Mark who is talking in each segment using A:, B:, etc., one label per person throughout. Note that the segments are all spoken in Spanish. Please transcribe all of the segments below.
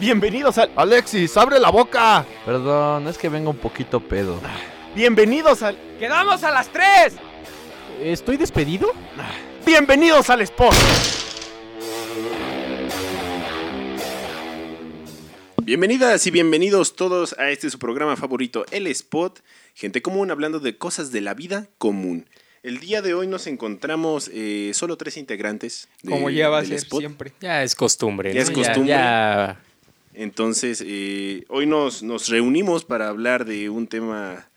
A: Bienvenidos al.
B: Alexis, abre la boca. Perdón, es que vengo un poquito pedo.
A: Bienvenidos al.
C: ¡Quedamos a las tres!
D: ¿Estoy despedido?
A: Bienvenidos al Sport.
E: Bienvenidas y bienvenidos todos a este su programa favorito, El Spot, gente común hablando de cosas de la vida común. El día de hoy nos encontramos eh, solo tres integrantes. de-
C: Como ya va a
E: del
C: ser
E: Spot.
C: siempre.
F: Ya es costumbre.
E: Ya
F: ¿no?
E: es costumbre.
F: ya-
E: Entonces, eh, hoy nos, nos reunimos para hablar de un tema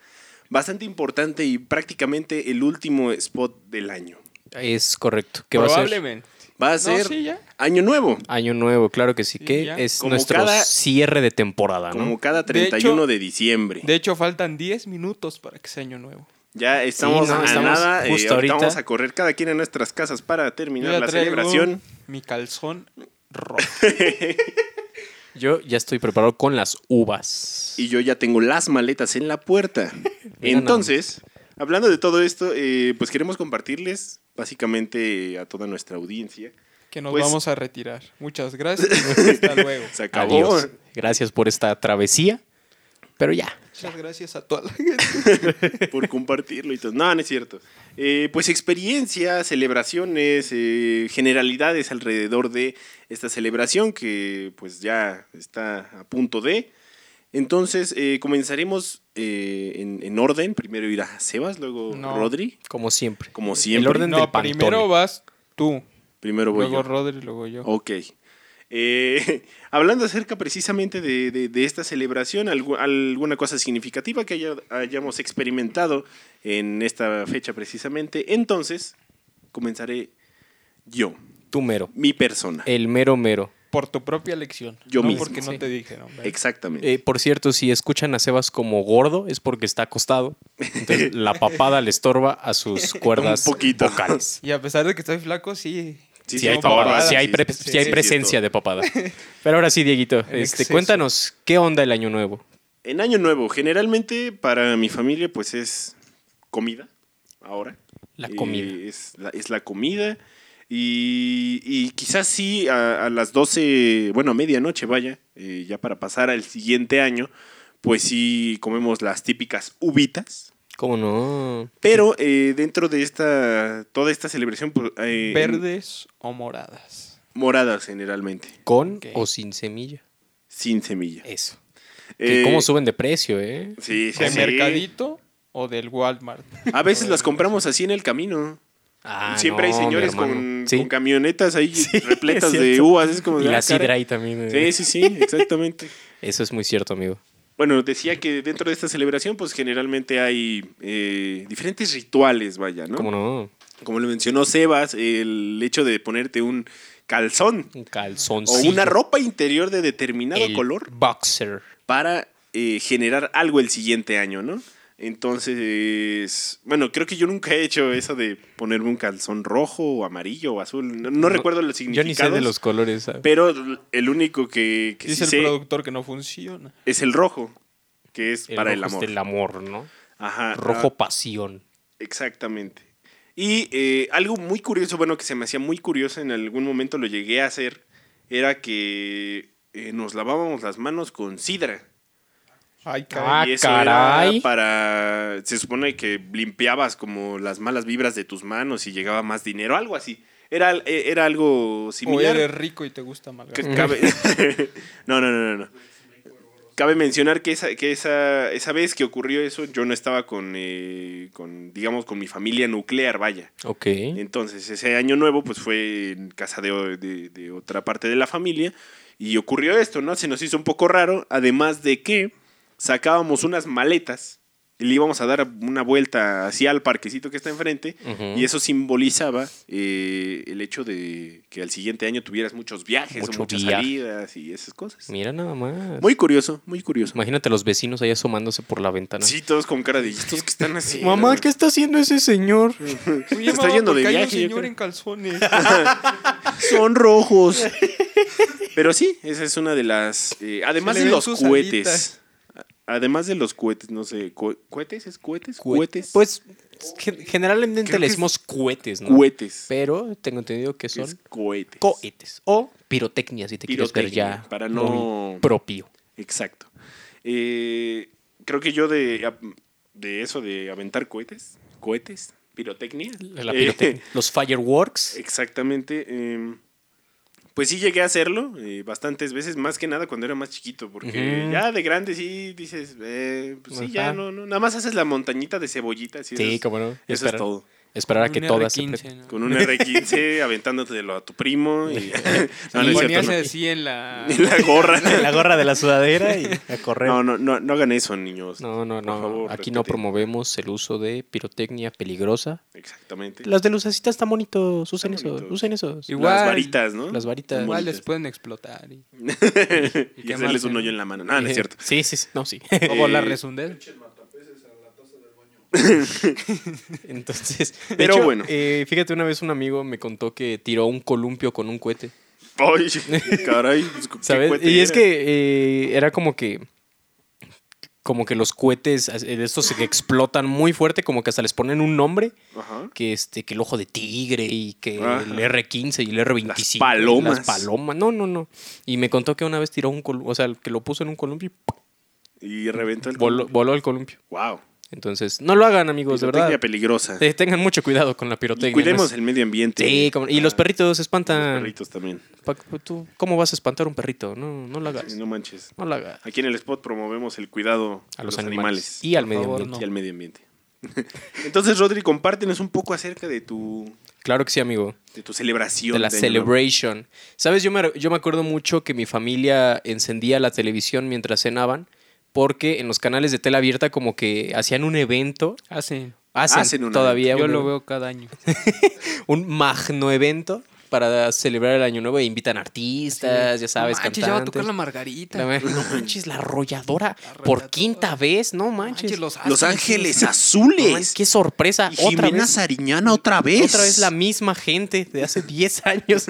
E: bastante importante y prácticamente el último spot del año.
F: es correcto. ¿Qué va a ser?
C: Probablemente.
E: Va a
C: No,
E: ser
C: sí, ya.
E: Año Nuevo,
F: Año nuevo, claro que sí.
C: Sí,
F: Que
C: ya.
F: es
E: Como
F: nuestro
E: cada-
F: cierre de temporada, Ah, ¿no?
E: como cada
C: De
E: 31 de,
C: hecho-
E: diciembre.
C: De hecho, faltan 10 minutos para que sea año nuevo.
E: Ya estamos
F: Sí, no,
E: a
F: estamos
E: nada, eh,
F: justo
E: ahorita
F: ahorita.
E: vamos a correr cada quien a nuestras casas para
C: Yo
E: terminar
C: ya
E: la
C: traigo
E: celebración.
C: Mi calzón rojo.
F: Yo ya estoy preparado con las uvas.
E: Y yo ya tengo las maletas en la puerta.
F: Mira
E: Entonces, hablando de todo esto, eh, pues queremos compartirles básicamente a toda nuestra audiencia.
C: Que nos
E: Pues-
C: vamos a retirar. Muchas gracias. Hasta luego.
E: Se acabó.
F: Adiós. Gracias por esta travesía. Pero ya.
C: Muchas gracias a toda la gente.
E: por compartirlo y todo. No, no es cierto. Eh, pues experiencias, celebraciones, eh, generalidades alrededor de esta celebración que pues ya está a punto de. Entonces eh, comenzaremos eh, en, en orden. Primero irá Sebas, luego
C: No.
E: Rodri,
F: Como siempre.
E: como siempre.
F: orden
C: No,
F: del
C: primero
F: Pantone.
C: vas tú.
E: Primero voy
C: Luego
E: yo. Oh.
C: Rodri, luego yo.
E: Ok. Eh, hablando acerca precisamente de, de- de esta celebración, algu- alguna cosa significativa que haya- hayamos experimentado en esta fecha precisamente, entonces comenzaré yo,
F: Tú mero.
E: mi persona.
F: El mero mero.
C: Por tu propia elección.
E: Yo
C: no
E: mismo.
C: porque
F: Sí.
C: no te dije, no. ¿verdad?
E: Exactamente.
F: Eh, por cierto, si escuchan a Sebas como gordo, es porque está acostado. Entonces, la papada le estorba a sus cuerdas
E: Un poquito.
F: vocales.
C: Y a pesar de que estoy flaco, sí.
E: Sí,
F: Si
E: sí,
F: hay,
E: no,
F: papada,
E: papada,
F: sí hay,
E: sí,
F: pre-
E: sí,
F: sí hay
E: sí,
F: presencia
E: cierto.
F: de papada. Pero ahora sí, Dieguito, este,
C: exceso.
F: cuéntanos, ¿qué onda el año nuevo?
E: En Año Nuevo, generalmente para mi familia pues es comida, ahora.
F: La
E: Eh,
F: comida.
E: es, la, es la comida. Y, y quizás sí a, a las 12, bueno, a medianoche, vaya, eh, ya para pasar al siguiente año, pues sí comemos las típicas uvitas.
F: ¿Cómo no?
E: Pero eh, dentro de esta, toda esta celebración, pues, eh,
C: Verdes o moradas.
E: moradas generalmente,
F: ¿Con
C: Ok.
F: o sin semilla?
E: sin semilla.
F: Eso. Que
E: Eh,
F: ¿Cómo suben de precio, eh?
E: Sí, sí,
C: ¿De
E: sí.
C: mercadito o del Walmart?
E: A veces las compramos así en el camino.
F: Ah,
E: Siempre
F: no,
E: hay
F: mi
E: señores
F: hermano.
E: con,
F: Sí.
E: con camionetas ahí repletas de
F: es cierto.
E: uvas. Es como
F: Y
E: de,
F: la
E: "Ah, caray".
F: sidra ahí también. eh.
E: Sí, sí, sí, exactamente.
F: Eso es muy cierto, amigo.
E: Bueno, decía que dentro de esta celebración, pues generalmente hay eh, diferentes rituales, vaya, ¿no?
F: ¿Cómo no?
E: Como lo mencionó Sebas, el hecho de ponerte un calzón
F: Un
E: o
F: calzoncillo.
E: una ropa interior de determinado
F: El
E: color
F: Boxer.
E: para eh, generar algo el siguiente año, ¿no? Entonces, bueno, creo que yo nunca he hecho eso de ponerme un calzón rojo o amarillo o azul. No, no recuerdo los
F: Yo ni
E: significados.
F: sé de los colores. ¿sabes?
E: Pero el único que, que
C: Dice
E: sí
C: el
E: sé
C: productor que no funciona.
E: es el rojo, que es
F: El
E: para el
F: rojo es
E: amor.
F: del amor, ¿no?
E: Ajá,
F: Rojo
E: ah,
F: pasión.
E: exactamente. Y eh, algo muy curioso, bueno, que se me hacía muy curioso en algún momento lo llegué a hacer, era que eh, nos lavábamos las manos con sidra.
C: Ay,
F: Ah,
C: caray.
E: era
F: caray.
E: para. Se supone que limpiabas como las malas vibras de tus manos y llegaba más dinero, algo así. Era, eh, era algo
C: o
E: similar.
C: eres rico y te gusta
E: Que
C: malgastar.
E: cabe- no, no, no, no, no. Cabe mencionar que esa, que esa, esa vez que ocurrió eso, yo no estaba con, eh, con, digamos, con mi familia nuclear, vaya.
F: Ok.
E: Entonces, ese año nuevo, pues fue en casa de, de- de otra parte de la familia y ocurrió esto, ¿no? Se nos hizo un poco raro, además de que sacábamos unas maletas y le íbamos a dar una vuelta hacia el parquecito que está enfrente
F: Ujú.
E: y eso simbolizaba eh, el hecho de que al siguiente año tuvieras muchos viajes, o
F: Mucho
E: muchas
F: viaje.
E: salidas y esas cosas.
F: Mira nada más.
E: Muy curioso, muy curioso.
F: Imagínate los vecinos ahí asomándose por la ventana.
E: Sí, todos con cara de estos que están así.
F: está haciendo ese señor?
C: Oye,
E: Se está
C: mamá,
E: yendo de
C: porque hay
E: viaje, yo
C: un señor
E: creo.
C: en calzones.
E: Son rojos. Pero sí, esa es una de las. eh, además
C: Se
E: de
C: le ven
E: los
C: sus
E: cohetes. Además de los cohetes, no sé, co- ¿cohetes? ¿Es cohetes? ¿Cohetes?
F: Pues gen- generalmente
E: Creo que
F: le
E: es
F: decimos cohetes, ¿no?
E: cohetes.
F: Pero tengo entendido que son
E: Es cohetes.
F: cohetes o pirotecnia, si te quieres ver
E: Pirotecnia,
F: ya
E: para
F: muy
E: no-
F: propio.
E: Exacto. Eh, creo que yo de, de eso, de aventar cohetes, cohetes, pirotecnia.
F: La
E: eh,
F: pirotecnia. Los fireworks.
E: Exactamente. eh, pues sí llegué a hacerlo eh, bastantes veces, más que nada cuando era más chiquito, porque
F: Ujú.
E: ya de grande sí dices, eh, pues sí, ya
F: Ajá.
E: no, no, nada más haces la montañita de cebollitas. y
F: Sí,
E: eso,
F: cómo no.
E: es, eso es
F: Espera-
E: todo.
F: Esperar a que
C: Un
F: todas
C: R15,
F: se pre-
C: ¿no?
E: Con un R15 aventándotelo a tu primo y, no, no
C: y
E: es cierto,
C: ponías
E: no.
C: así en la...
E: Y la gorra.
F: la gorra de la sudadera y a correr.
E: No, no, no, no hagan eso, niños.
F: No, no, no.
E: Por favor,
F: Aquí no
E: respeten.
F: promovemos el uso de pirotecnia peligrosa.
E: Exactamente.
F: Las de lucecitas están bonitos. Usen
E: Están
F: esos.
E: bonitos.
F: Usen esos.
C: Igual,
E: Las varitas, ¿no?
F: Las varitas.
E: Son
C: igual les
E: bonitas.
C: pueden explotar. Y,
E: Y,
C: qué
E: hacerles
C: más,
E: un
C: eh?
E: hoyo en la mano. Ah, No, no es cierto.
F: Sí, sí, sí. No, sí.
C: o volar
E: Eh,
C: resunder.
F: Entonces. de
E: Pero
F: hecho,
E: bueno.
F: eh, fíjate, una vez un amigo me contó que tiró un columpio con un cohete.
E: Ay, caray. pues, ¿qué
F: ¿Sabes?
E: cohete
F: Y es
E: era?
F: que eh, era como que. Como que los cohetes, eh, de estos que explotan muy fuerte, como que hasta les ponen un nombre.
E: Ajá.
F: que este que el ojo de tigre y que
E: Ajá.
F: el R15 y el R25
E: Las
F: y
E: palomas.
F: las palomas no no no y me contó que una vez tiró un columpio o sea que lo puso en un columpio y ¡pum!
E: Y reventó el.
F: voló, voló el columpio
E: Wow.
F: entonces no lo hagan amigos de
E: Pirotecnia
F: verdad
E: peligrosa.
F: Eh, tengan mucho cuidado con la
E: Y
F: pirotecnia
E: cuidemos
F: ¿no?
E: el medio ambiente.
F: sí como- y los
E: Ah,
F: perritos se
E: Los
F: espantan
E: perritos también.
F: Pa- pa- ¿Tú, cómo vas a espantar a un perrito no no lo hagas
E: Sí, No manches.
F: no lo hagas
E: Aquí en el spot promovemos el cuidado
F: a los, animales. y al medio ambiente
E: y al medio ambiente. Entonces, Rodri, compártenos un poco acerca de tu,
F: claro que sí amigo
E: de tu celebración.
F: de la
E: de Año Nuevo.
F: celebration. ¿Sabes? Yo me, yo me acuerdo mucho que mi familia encendía la televisión mientras cenaban porque en los canales de tela abierta como que hacían un evento.
C: Ah, sí.
F: Hacen,
E: Hacen un
F: todavía
C: Yo
F: un-
C: lo veo cada año.
F: un magno evento para celebrar el año nuevo e invitan artistas, ya sabes,
C: No manches, ya va a tocar la
F: cantantes.
C: margarita.
F: La ma- no manches, la arrolladora por quinta vez, no
C: No
F: manches.
C: manches, los,
E: Los Ángeles Azules.
F: No manches, qué sorpresa,
E: Y
F: otra
E: Jimena
F: vez.
E: Sariñana otra vez.
F: Otra vez la misma gente de hace 10 años.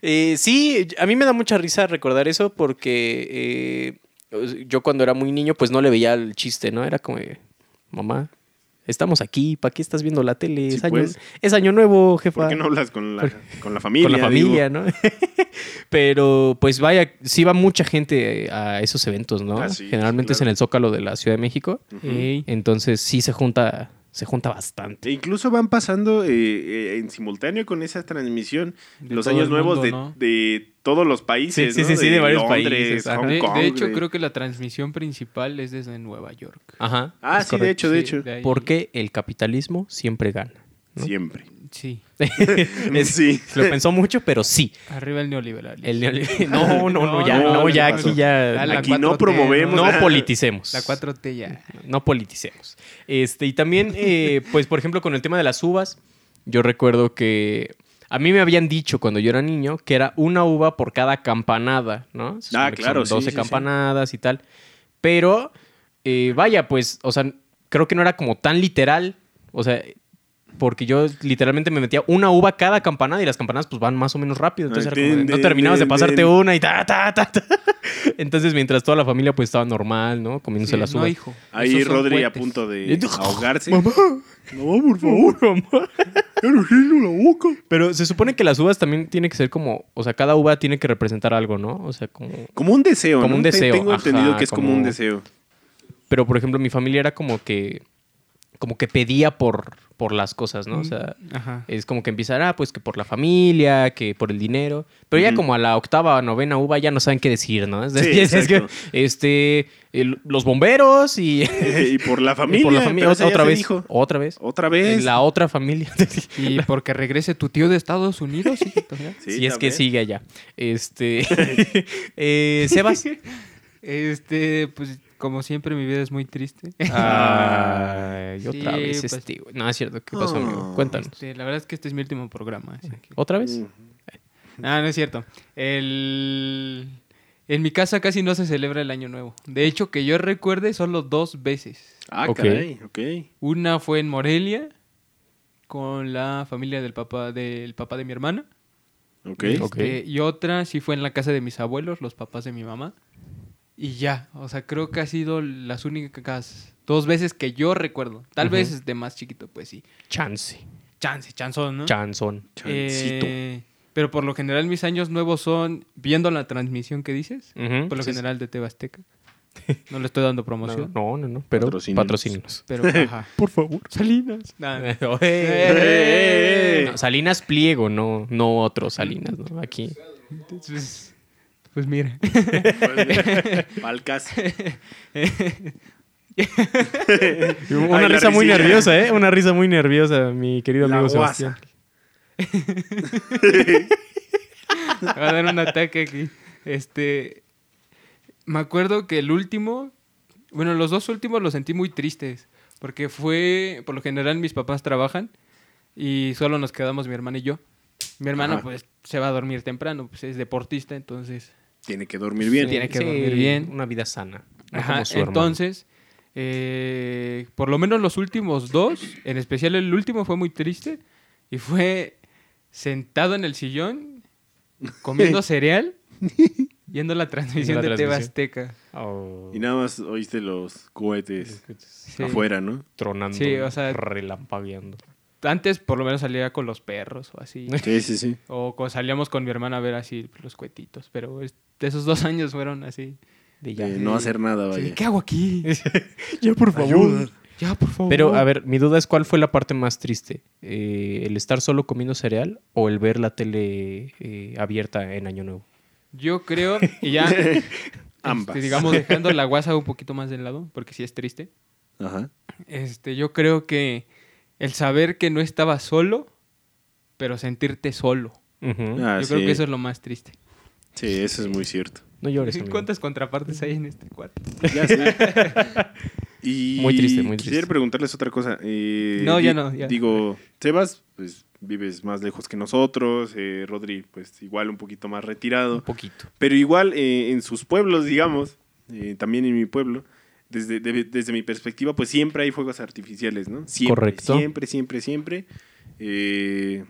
F: Eh, sí, a mí me da mucha risa recordar eso porque eh, yo cuando era muy niño pues no le veía el chiste, ¿no? Era como, eh, mamá, estamos aquí, ¿para qué estás viendo la tele?
E: Sí,
F: es, año,
E: pues.
F: es año nuevo, jefa.
E: ¿Por qué no hablas con la, con la familia?
F: Con la
E: digo?
F: familia, ¿no? Pero pues vaya, sí va mucha gente a esos eventos, ¿no?
E: Ah, sí,
F: Generalmente es en
E: claro.
F: el Zócalo de la Ciudad de México.
E: Ujú.
F: Ey. Entonces sí se junta, se junta bastante.
E: E incluso van pasando eh, eh, en simultáneo con esa transmisión
C: De
E: los
C: todo
E: años
C: el
E: nuevos
C: mundo,
E: de,
C: ¿no?
E: de todos los países.
F: Sí, sí,
E: ¿no?
F: sí, sí, de varios
E: Londres,
F: países, ajá.
E: Hong
C: Ah, De,
E: Kong,
C: de hecho,
E: de-
C: creo que la transmisión principal es desde Nueva York.
F: Ajá.
E: Ah,
F: es
E: sí, de
F: correcto.
E: hecho, de
C: Sí,
E: hecho.
C: ahí-
F: Porque el capitalismo siempre gana. ¿no?
E: Siempre.
C: Sí,
F: Es-
E: Sí.
F: Lo pensó mucho, pero sí.
C: arriba el neoliberalismo.
F: El neoliber- no, no, no, ya,
E: No,
F: no,
E: no,
F: ya
E: no pasó.
F: aquí ya.
C: Ya la
E: Aquí no
C: 4T,
E: promovemos.
F: no
E: nada.
F: politicemos.
C: La 4T ya.
F: No politicemos. Este, y también, eh, pues, por ejemplo, con el tema de las uvas, yo recuerdo que a mí me habían dicho cuando yo era niño que era una uva por cada campanada, ¿no? Se
E: Ah,
F: supone que
E: claro, sí,
F: Son 12
E: sí, sí.
F: campanadas y tal. Pero, eh, vaya, pues, o sea, creo que no era como tan literal. O sea, porque yo literalmente me metía una uva cada campanada y las campanadas pues van más o menos rápido. Entonces
E: Ah,
F: era como de,
E: tin,
F: no
E: tin,
F: terminabas de
E: tin,
F: pasarte
E: tin.
F: una y ta, ta, ta, ta. Entonces mientras toda la familia pues estaba normal, ¿no? Comiéndose
C: Sí,
F: las
C: Eh, no,
F: uvas.
C: hijo.
E: Ahí
C: esos son
E: Rodri a
C: cohetes.
E: punto de ahogarse.
F: No, por favor, mamá. Pero se supone que las uvas también tiene que ser como, o sea, cada uva tiene que representar algo, ¿no? O sea, como...
E: Como un deseo.
F: Como
E: ¿no?
F: un
E: Te-
F: deseo,
E: Tengo
F: ajá,
E: entendido que es como,
F: como-
E: un deseo.
F: Pero, por ejemplo, mi familia era como que... Como que pedía por, por las cosas, ¿no? O sea,
C: Ajá.
F: es como que empezar, ah, pues que por la familia, que por el dinero. Pero ya
E: Ujú.
F: como a la octava o novena uva ya no saben qué decir, ¿no? Es,
E: Sí,
F: es que,
E: exacto.
F: este, el- los bomberos y...
E: y por la familia.
F: y por la
E: pero
F: familia,
E: esa ya
F: otra
E: se
F: vez,
E: dijo.
F: otra vez.
E: Otra vez.
F: La otra familia.
C: Y porque regrese tu tío de Estados Unidos, hijito, ya.
E: Sí,
F: si es que
E: también.
F: sigue allá. Este. eh, Sebas.
C: Este, pues como siempre mi vida es muy triste.
F: Ay, otra
C: Sí,
F: vez
C: pues.
F: este. güey. No, es cierto. ¿Qué pasó, amigo?
E: Oh.
F: Cuéntanos.
C: Este, la verdad es que este es mi último programa. así que-
F: ¿Otra
E: Mm.
F: vez?
C: Ah, no es cierto. El... En mi casa casi no se celebra el Año Nuevo. De hecho, que yo recuerde solo dos veces.
E: Ah,
F: Ok.
E: caray, ok.
C: Una fue en Morelia con la familia del papá del papá de mi hermana.
E: Ok. Eh,
C: Este, Y otra sí fue en la casa de mis abuelos, los papás de mi mamá. Y ya, o sea, creo que ha sido las únicas dos veces que yo recuerdo. Tal vez de más chiquito, pues sí.
F: Chance.
C: Ah. Chance, chanzón, ¿no?
F: Chanzón.
E: Chancito.
C: Eh, pero por lo general mis años nuevos son viendo la transmisión que dices,
F: Ujú,
C: por lo
F: sí, sí.
C: general de Tebasteca. No le estoy dando promoción.
F: No, no, no. Pero
E: Patrocínenos.
F: patrocínenos.
C: Pero, ajá.
F: Por favor.
C: Salinas. Nada.
E: Eh.
F: No, Salinas Pliego, no, no otro Salinas, ¿no? Aquí.
C: Pues, pues mira.
E: Palcas.
F: Una
E: Ay, la
F: risa muy
E: risilla.
F: nerviosa, ¿eh? Una risa muy nerviosa, mi querido
E: La
F: amigo
E: guasa.
F: Sebastián.
C: Me Va a dar un ataque aquí. Este. Me acuerdo que el último. Bueno, los dos últimos los sentí muy tristes. Porque fue. Por lo general, mis papás trabajan. Y solo nos quedamos mi hermana y yo. Mi hermana,
E: Ajá.
C: pues, se va a dormir temprano. Pues es deportista, entonces.
E: Tiene que dormir bien.
C: Tiene que dormir bien.
F: Una vida sana. no
C: Ajá,
F: como su hermano.
C: entonces, eh, por lo menos los últimos dos, en especial el último fue muy triste y fue sentado en el sillón comiendo cereal viendo la transmisión
F: Viendo la
C: de TV
F: transmisión.
C: Azteca.
F: Oh,
E: Y nada más oíste los cohetes
C: Sí.
E: afuera, ¿no?
F: Tronando.
C: Sí, o sea-
F: Relampagueando.
C: Antes por lo menos salía con los perros o así.
E: Sí, sí, sí.
C: o co- salíamos con mi hermana a ver así los cuetitos, pero es- esos dos años fueron así.
F: De
E: De no hacer nada,
F: Oh,
C: Sí,
E: vaya.
C: ¿Qué hago aquí?
F: Ya, por
C: Ya, por favor.
F: Pero, a ver, mi duda es cuál fue la parte más triste. Eh, ¿El estar solo comiendo cereal o el ver la tele eh, abierta en Año Nuevo?
C: Yo creo, y ya,
E: Ambas.
C: este, digamos, dejando la guasa un poquito más de lado, porque sí es triste.
E: Ajá.
C: Este, yo creo que el saber que no estabas solo, pero sentirte solo.
F: Ujú.
E: Ah,
C: yo
E: sí.
C: creo que eso es lo más triste.
E: Sí, eso es muy cierto.
F: No llores. amigo.
C: ¿Cuántas contrapartes hay en este cuarto?
E: Ya sé. Y
F: Muy triste, muy triste.
E: Quisiera preguntarles otra cosa. Eh,
C: No, ya
E: di-
C: no, ya.
E: Digo, Sebas, pues vives más lejos que nosotros. eh, Rodri, pues igual un poquito más
F: Un
E: retirado.
F: poquito.
E: Pero igual eh, en sus pueblos, digamos, eh, también en mi pueblo, desde, de- desde mi perspectiva, pues siempre hay fuegos artificiales, ¿no? Siempre,
F: Correcto.
E: Siempre, siempre, siempre. Eh,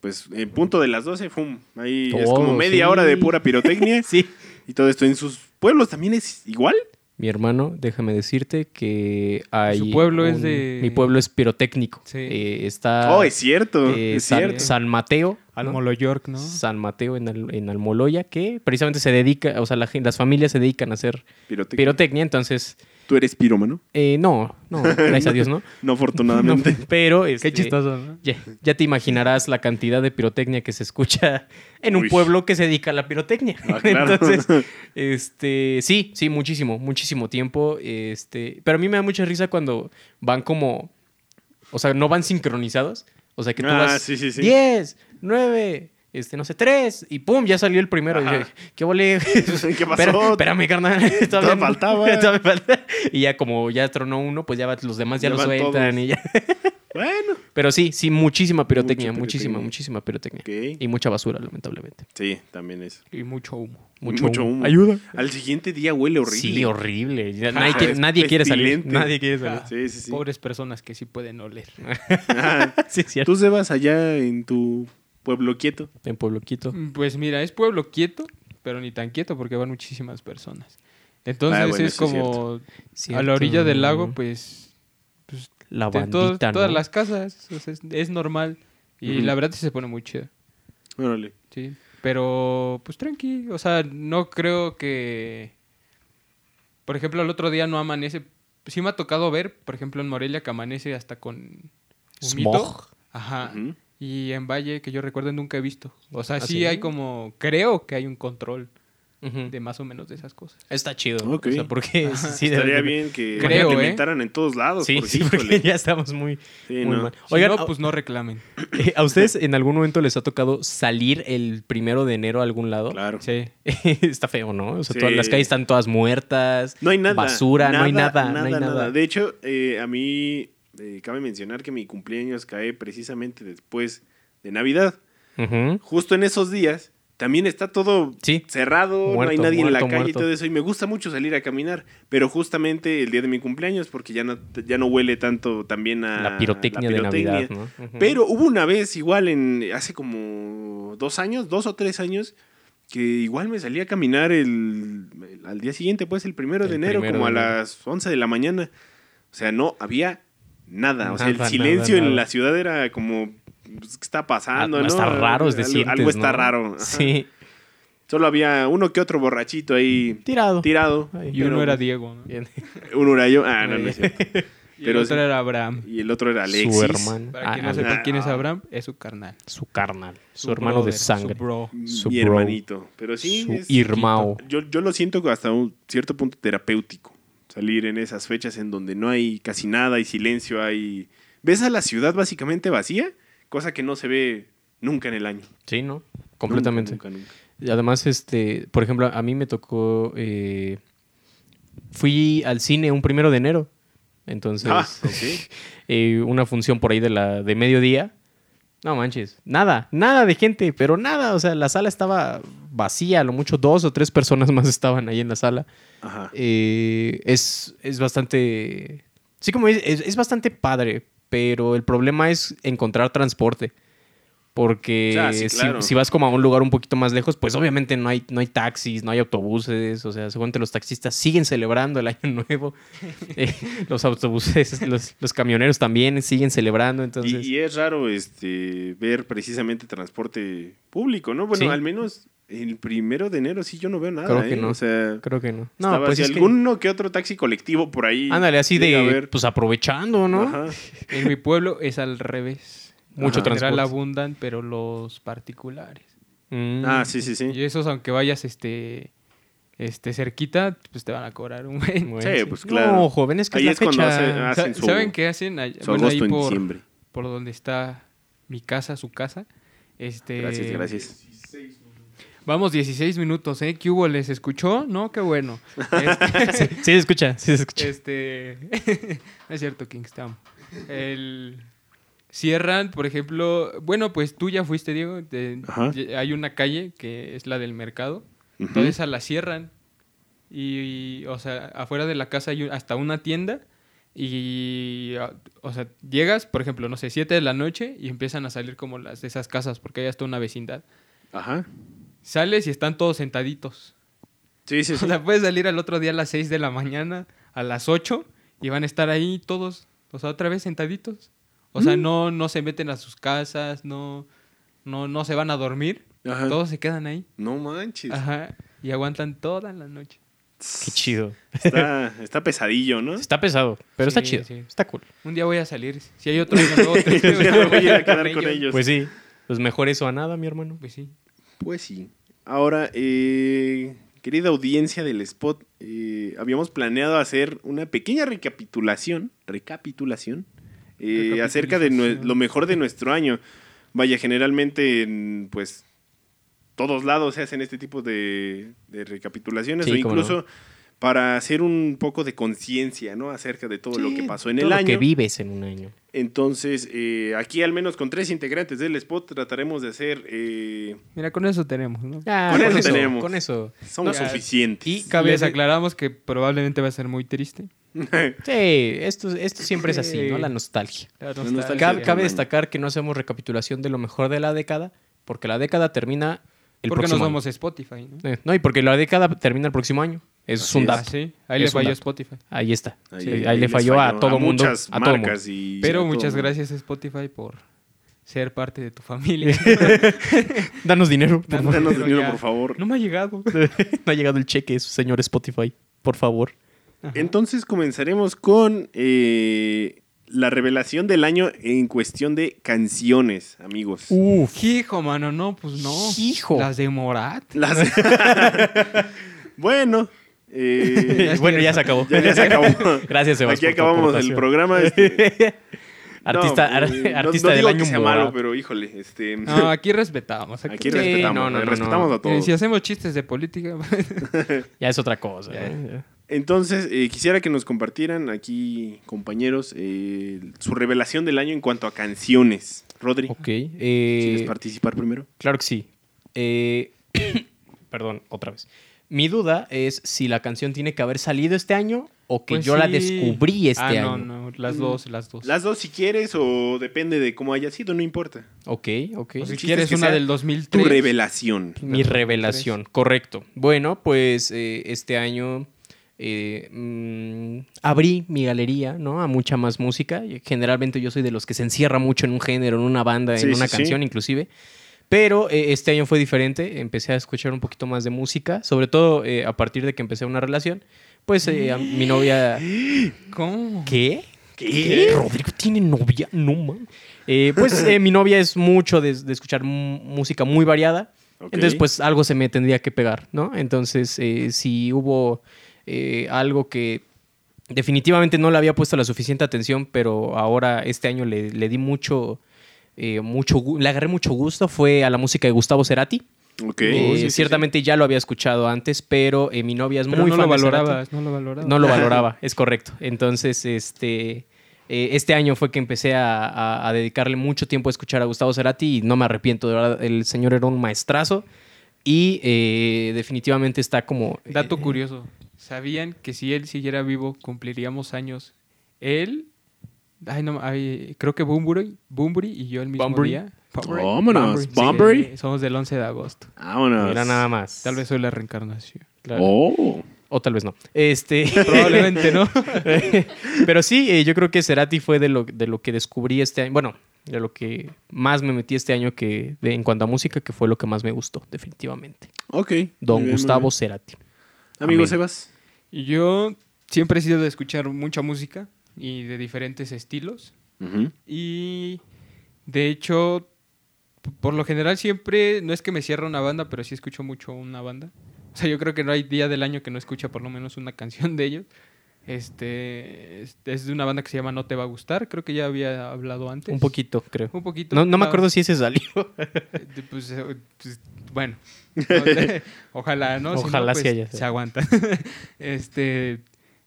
E: pues en punto de las 12, ¡fum! Ahí es
F: Todo,
E: como media
F: Oh, sí.
E: hora de pura pirotecnia.
F: Sí.
E: Y todo esto en sus pueblos también es igual.
F: Mi hermano, déjame decirte que hay.
C: Su pueblo es de-
F: Mi pueblo es pirotécnico.
C: Sí.
F: Eh, está.
E: oh, es cierto,
F: eh,
E: es
F: San,
E: cierto.
F: San Mateo.
C: Al
F: ¿no?
C: Molo York, ¿no?
F: San Mateo en, Al- en Almoloya, que precisamente se dedica, o sea, la gen- las familias se dedican a hacer
E: Pirotecnia.
F: pirotecnia, entonces,
E: Tú eres piromano,
F: eh, no, no, gracias a Dios, ¿no?
E: no afortunadamente.
F: Pero, este,
C: Qué chistoso, ¿no?
F: Ya, ya te imaginarás la cantidad de pirotecnia que se escucha en un
E: Uy.
F: pueblo que se dedica a la pirotecnia.
E: Ah, claro.
F: Entonces, este, sí, sí, muchísimo, muchísimo tiempo. Este, pero a mí me da mucha risa cuando van como, o sea, no van sincronizados. O sea, que tú
E: Ah,
F: vas
E: sí, sí, sí.
F: 10, 9, este, no sé, 3, y pum, ya salió el primero. Y
E: Ajá.
F: yo, ¿Qué vole?
E: ¿Qué pasó?
F: Espera- espérame, carnal.
E: Todavía faltaba.
F: todavía falta. Y ya como ya tronó uno, pues ya va- los demás ya,
E: Ya
F: lo
E: van
F: sueltan
E: todos.
F: y ya.
E: Bueno.
F: Pero sí, sí, muchísima pirotecnia,
E: Mucha
F: muchísima,
E: pirotecnia.
F: muchísima pirotecnia.
E: Ok.
F: Y mucha basura, lamentablemente.
E: Sí, también es.
C: Y mucho humo.
F: Mucho,
E: Mucho
F: humo.
E: humo.
F: Ayuda.
E: Al siguiente día huele horrible.
F: Sí, horrible. Ya
E: Ah,
F: Nadie, quiere,
E: es
F: nadie quiere salir.
E: pestilente.
F: Nadie quiere salir.
C: Ah.
E: Sí, sí, sí.
C: Pobres personas que sí pueden oler.
E: Ah.
F: Sí, es cierto.
E: Tú se vas allá en tu pueblo quieto.
F: En Pueblo Quito.
C: Pues mira, es pueblo quieto, pero ni tan quieto porque van muchísimas personas. Entonces
E: Ah, bueno,
C: es
E: eso es
C: como a
F: Cierto.
C: la orilla del lago, pues
F: La
C: de todos-
F: bandita, ¿no?
C: todas las casas o sea, es, es normal. Y
E: Ujú.
C: la verdad sí se pone muy chido.
E: Órale.
C: Sí, pero pues tranqui, o sea, no creo que... Por ejemplo, el otro día no amanece. Sí me ha tocado ver, por ejemplo, en Morelia que amanece hasta con humito.
F: Smog.
C: Ajá.
E: Ujú.
C: Y en Valle, que yo recuerdo, nunca he visto. O sea,
F: ¿Ah,
C: sí,
F: sí?
C: hay como... Creo que hay un control
F: Ujú.
C: de más o menos de esas cosas.
F: Está chido.
E: Ok.
F: O sea, porque sí, de-
E: Estaría
F: de-
E: bien que
C: Creo,
E: lo
C: ¿eh?
E: implementaran en todos lados.
F: Sí,
E: porque,
F: sí, porque
E: híjole.
F: ya estamos muy,
E: Sí,
F: muy
E: no.
F: mal.
C: Si
F: Oigan, ah,
C: no, pues no reclamen.
F: Eh, ¿A ustedes en algún momento les ha tocado salir el primero de enero a algún lado?
E: Claro.
C: Sí.
F: Está feo, ¿no? O sea,
E: Sí.
F: todas las calles están todas muertas.
E: No hay nada.
F: Basura, no hay nada, no hay nada.
E: De hecho, eh, a mí eh, cabe mencionar que mi cumpleaños cae precisamente después de Navidad.
F: Ujú.
E: Justo en esos días también está todo
F: Sí.
E: cerrado, no hay
F: Muerto,
E: nadie en la
F: muerto,
E: calle y
F: muerto.
E: todo eso. Y me gusta mucho salir a caminar, pero justamente el día de mi cumpleaños, porque ya no, ya no huele tanto también a
F: La pirotecnia,
E: Ah, pirotecnia.
F: de Navidad, ¿no? Ujú.
E: Pero hubo una vez, igual en hace como dos años, dos o tres años, que igual me salí a caminar el, el- al día siguiente, pues el primero
F: El
E: de enero,
F: primero
E: como
F: de
E: a
F: enero.
E: las 11 de la mañana. O sea, no había nada. O sea, el
F: Nada,
E: silencio
F: nada,
E: en
F: nada.
E: la ciudad era como, pues, ¿qué está pasando?
F: Ah,
E: no?
F: Está raro, es
E: Algo-
F: decir.
E: Algo está raro. Ajá.
F: Sí.
E: Solo había uno que otro borrachito ahí
F: Tirado.
E: tirado.
F: Ay.
C: Y
E: Pero-
C: uno
E: pues,
C: era Diego, ¿no?
F: Bien.
E: Un urayo. Ah, no, no es cierto.
C: Y el
E: Pero
C: otro
E: sí.
C: era Abraham.
E: Y el otro era Alexis.
F: Su hermano.
C: Para
F: Ah,
C: quien no
F: ah,
C: sepa
E: ah.
C: quién es Abraham, es su carnal.
F: Su carnal. Su,
C: Su
F: hermano
C: brother,
F: de
C: su
F: sangre.
C: bro.
E: Mi
F: Su bro.
E: hermanito. Pero sí.
F: Su
E: es-
F: irmao.
E: yo, yo lo siento hasta un cierto punto terapéutico. Salir en esas fechas en donde no hay casi nada, hay silencio, hay. ¿Ves a la ciudad básicamente vacía? Cosa que no se ve nunca en el año.
F: Sí, ¿no? Completamente.
E: Nunca, nunca, nunca.
F: Y Además, este, por ejemplo, a mí me tocó. eh, fui al cine un primero de enero. Entonces,
E: Ah, ok.
F: eh, una función por ahí de la de mediodía. No manches, nada, nada de gente, pero nada. O sea, la sala estaba vacía, a lo mucho dos o tres personas más estaban ahí en la sala.
E: Ajá.
F: Eh, es, es bastante. Sí, como es, es, es bastante padre, pero el problema es encontrar transporte. Porque
E: Ah, sí,
F: si-
E: claro.
F: si, vas como a un lugar un poquito más lejos, pues obviamente no hay, no hay taxis, no hay autobuses. O sea, seguramente los taxistas siguen celebrando el año nuevo. Eh, los autobuses, los, los camioneros también siguen celebrando. Entonces,
E: Y, y es raro este ver precisamente transporte público, ¿no? Bueno,
F: Sí.
E: al menos el primero de enero sí yo no veo nada.
F: Creo que
E: ¿eh?
F: no.
E: O sea,
F: creo que no. No,
E: no,
F: pues
E: si
F: es que-
E: alguno que... otro taxi colectivo por ahí.
F: ándale, así
E: llega a
F: de.
E: ver.
F: Pues aprovechando, ¿no?
E: Ajá.
C: En mi pueblo es al revés.
F: Mucho
C: En
F: transporte.
C: general abundan, pero los particulares.
F: Mm.
E: Ah, sí, sí, sí.
C: Y esos, aunque vayas este, este cerquita, pues te van a cobrar un buen.
F: Bueno,
E: Sí, pues claro.
F: No, joven, es que
E: Ahí es
F: es la
E: cuando
F: fecha.
E: hace- ah,
C: Sa-
E: hacen su-
C: ¿Saben qué hacen? Ay-
E: Su
C: bueno, ahí
E: agosto en
C: por,
E: diciembre.
C: por donde está mi casa, su casa. Este,
E: Gracias, gracias.
C: Vamos 16 minutos, ¿eh? ¿Qué hubo? ¿Les escuchó? No, qué bueno. Este,
F: Sí, sí se escucha, sí se escucha.
C: Este. no es cierto, Kingstown. El. Cierran, por ejemplo. Bueno, pues tú ya fuiste, Diego. te-
E: Ajá.
C: y- hay una calle que es la del mercado.
E: Ujú.
C: Toda esa la cierran. Y, o sea, afuera de la casa hay un- hasta una tienda. Y, ah, o sea, llegas, por ejemplo, no sé, 7 de la noche y empiezan a salir como las de esas casas, porque hay hasta una vecindad.
E: Ajá.
C: Sales y están todos sentaditos.
E: Sí, sí, sí.
C: O sea, puedes salir al otro día a las 6 de la mañana, a las 8, y van a estar ahí todos, o sea, otra vez sentaditos. O
E: Mm.
C: sea, no, no se meten a sus casas, no, no, no se van a dormir.
E: Ajá.
C: Todos se quedan ahí.
E: No manches.
C: Ajá. Y aguantan toda la noche.
F: Qué chido.
E: Está, está pesadillo, ¿no?
F: Está pesado, pero está
C: Sí,
F: chido.
C: sí.
F: Está cool.
C: Un día voy a salir. Si hay otro, yo no voy
E: Me voy a ir a quedar con ellos.
F: Pues sí. Pues mejor eso a nada, mi hermano.
C: Pues sí.
E: Pues sí. Ahora, eh, querida audiencia del spot, eh, habíamos planeado hacer una pequeña recapitulación, recapitulación, eh, acerca de nue- lo mejor de nuestro año. Vaya, generalmente, en, pues, todos lados se hacen este tipo de, de recapitulaciones
F: Sí,
E: o
F: cómo no.
E: incluso para hacer un poco de conciencia, ¿no? Acerca de todo lo que pasó en
F: Todo
E: el
F: lo
E: año.
F: que vives en un año.
E: Entonces, eh, aquí al menos con tres integrantes del spot trataremos de hacer... eh,
C: Mira, con eso tenemos, ¿no?
F: Ah,
E: Con eso tenemos.
F: Con eso.
E: somos
C: No, ya-
E: suficientes.
C: Y cabe, les
F: le-
C: aclaramos que probablemente va a ser muy triste.
F: Sí, esto, esto siempre es así,
C: Sí.
F: ¿no? La nostalgia.
C: La
E: No,
C: nostalgia.
E: nostalgia.
F: Cab-
E: Sí.
F: cabe destacar que no hacemos recapitulación de lo mejor de la década, porque la década termina el
C: Porque no
F: próximo
C: somos Spotify, ¿no?
F: año. Eh, No, y porque la década termina el próximo año. Eso es
E: Así
F: un
E: es.
F: dato.
C: Ah, sí. Ahí
F: Es
C: le
F: un
C: falló
F: dato.
C: Spotify.
F: Ahí está. Sí, Ahí, le
E: les
F: falló, a todo mundo.
E: Muchas
F: a todo mundo.
E: marcas y. a
C: Pero
E: todo
C: muchas
E: mundo.
C: gracias Spotify por ser parte de tu familia.
F: Danos dinero. por
C: Danos
F: favor.
E: Danos
C: Pero
E: dinero,
C: ya.
E: por favor.
C: no me ha llegado.
F: no ha llegado el cheque, señor Spotify. Por favor.
E: Entonces comenzaremos con eh, la revelación del año en cuestión de canciones, amigos.
F: Uf.
C: Hijo, mano, no, pues no.
F: Hijo.
C: Las de Morat.
E: Las- bueno, eh,
F: bueno, ya se acabó.
E: ya, ya se acabó.
F: Gracias, Sebas.
E: Aquí
F: por tu
E: acabamos el
F: aportación.
E: programa. este,
F: Artista,
E: no,
F: ar-
E: eh, no-
F: artista
E: no
F: del
E: digo
F: año
E: que sea malo,
F: Morat.
E: pero híjole, este,
C: No, aquí respetamos. Aquí,
E: aquí
F: Sí,
E: respetamos,
F: no, no, no,
E: respetamos
F: no.
E: a
C: Eh,
E: todos.
C: si hacemos chistes de política. pues
F: Ya es otra cosa.
C: Ya.
F: ¿no?
E: Entonces, eh, quisiera que nos compartieran aquí, compañeros, eh, su revelación del año en cuanto a canciones. Rodri,
F: Ok. eh,
E: ¿quieres participar primero?
F: claro que sí. Eh, perdón, otra vez. Mi duda es si la canción tiene que haber salido este año o que
C: Pues
F: yo la
C: sí.
F: descubrí este
C: ah,
F: año.
C: No, no, las dos, las
F: Pues
C: dos.
E: Las dos si quieres o depende de cómo haya sido, no importa.
F: Ok, ok.
C: O Pues si
E: El chiste es
C: quieres
E: que
C: una
E: sea
C: del
E: Tu
C: 2003.
E: revelación.
F: Mi revelación, correcto. Bueno, pues eh, este año eh, mm, abrí mi galería, ¿no? A mucha más música. Y Generalmente yo soy de los que se encierra mucho en un género, en una banda,
E: Sí,
F: en
E: sí,
F: una
E: sí.
F: canción inclusive. Pero eh, este año fue diferente. Empecé a escuchar un poquito más de música, sobre todo eh, a partir de que empecé una relación. Pues eh, a mi novia
C: ¿Cómo?
F: ¿Qué? ¿Qué? ¿Rodrigo tiene novia? No, man. Eh, pues eh, mi novia es mucho de, de escuchar mu- música muy variada.
E: Ok.
F: Entonces, pues algo se me tendría que pegar, ¿no? Entonces, eh, si hubo eh, algo que definitivamente no le había puesto la suficiente atención, pero ahora este año le, le di mucho, eh, mucho, gu- le agarré mucho gusto, fue a la música de Gustavo Cerati.
E: Ok. Oh,
F: Eh,
E: Sí, sí, sí.
F: ciertamente ya lo había escuchado antes, pero eh, mi novia es
C: Pero
F: muy
C: no
F: fan
C: lo
F: de Cerati.
C: valorabas, no lo valorabas.
F: No lo valoraba, es correcto. Entonces, este, eh, este año fue que empecé a, a- a dedicarle mucho tiempo a escuchar a Gustavo Cerati y no me arrepiento, de verdad, el señor era un maestrazo y eh, definitivamente está como...
C: Dato
F: eh,
C: curioso. ¿Sabían que si él siguiera vivo cumpliríamos años? Él, ay, no, ay, creo que Bunbury, Bunbury y yo el mismo
F: Bunbury.
C: día.
E: Vámonos,
C: sí,
E: Bunbury.
C: somos del 11 de agosto.
E: Vámonos.
F: Mira nada más.
C: Tal vez soy la reencarnación.
F: Claro.
E: Oh.
F: O tal vez no. Este...
C: Probablemente, ¿no?
F: Pero sí, eh, yo creo que Cerati fue de lo, de lo que descubrí este año. Bueno, de lo que más me metí este año que de- en cuanto a música, que fue lo que más me gustó, definitivamente.
E: Ok. Muy
F: Don
E: bien, muy
F: Gustavo
E: bien.
F: Cerati.
E: Amigo
F: Amén.
E: Sebas.
C: Yo siempre he sido de escuchar mucha música y de diferentes estilos.
E: Ujú.
C: Y de hecho, p- por lo general siempre, no es que me cierre una banda, pero sí escucho mucho una banda. O sea, yo creo que no hay día del año que no escuche por lo menos una canción de ellos. Este es- es de una banda que se llama No te va a gustar, creo que ya había hablado antes.
F: Un poquito, creo.
C: Un poquito.
F: No, no me
C: Ah,
F: acuerdo si ese salió.
C: eh, pues, eh, pues, bueno. No, Ojalá, ¿no? Si no,
F: Ojalá sí
C: pues,
F: haya sido.
C: Se aguanta. este,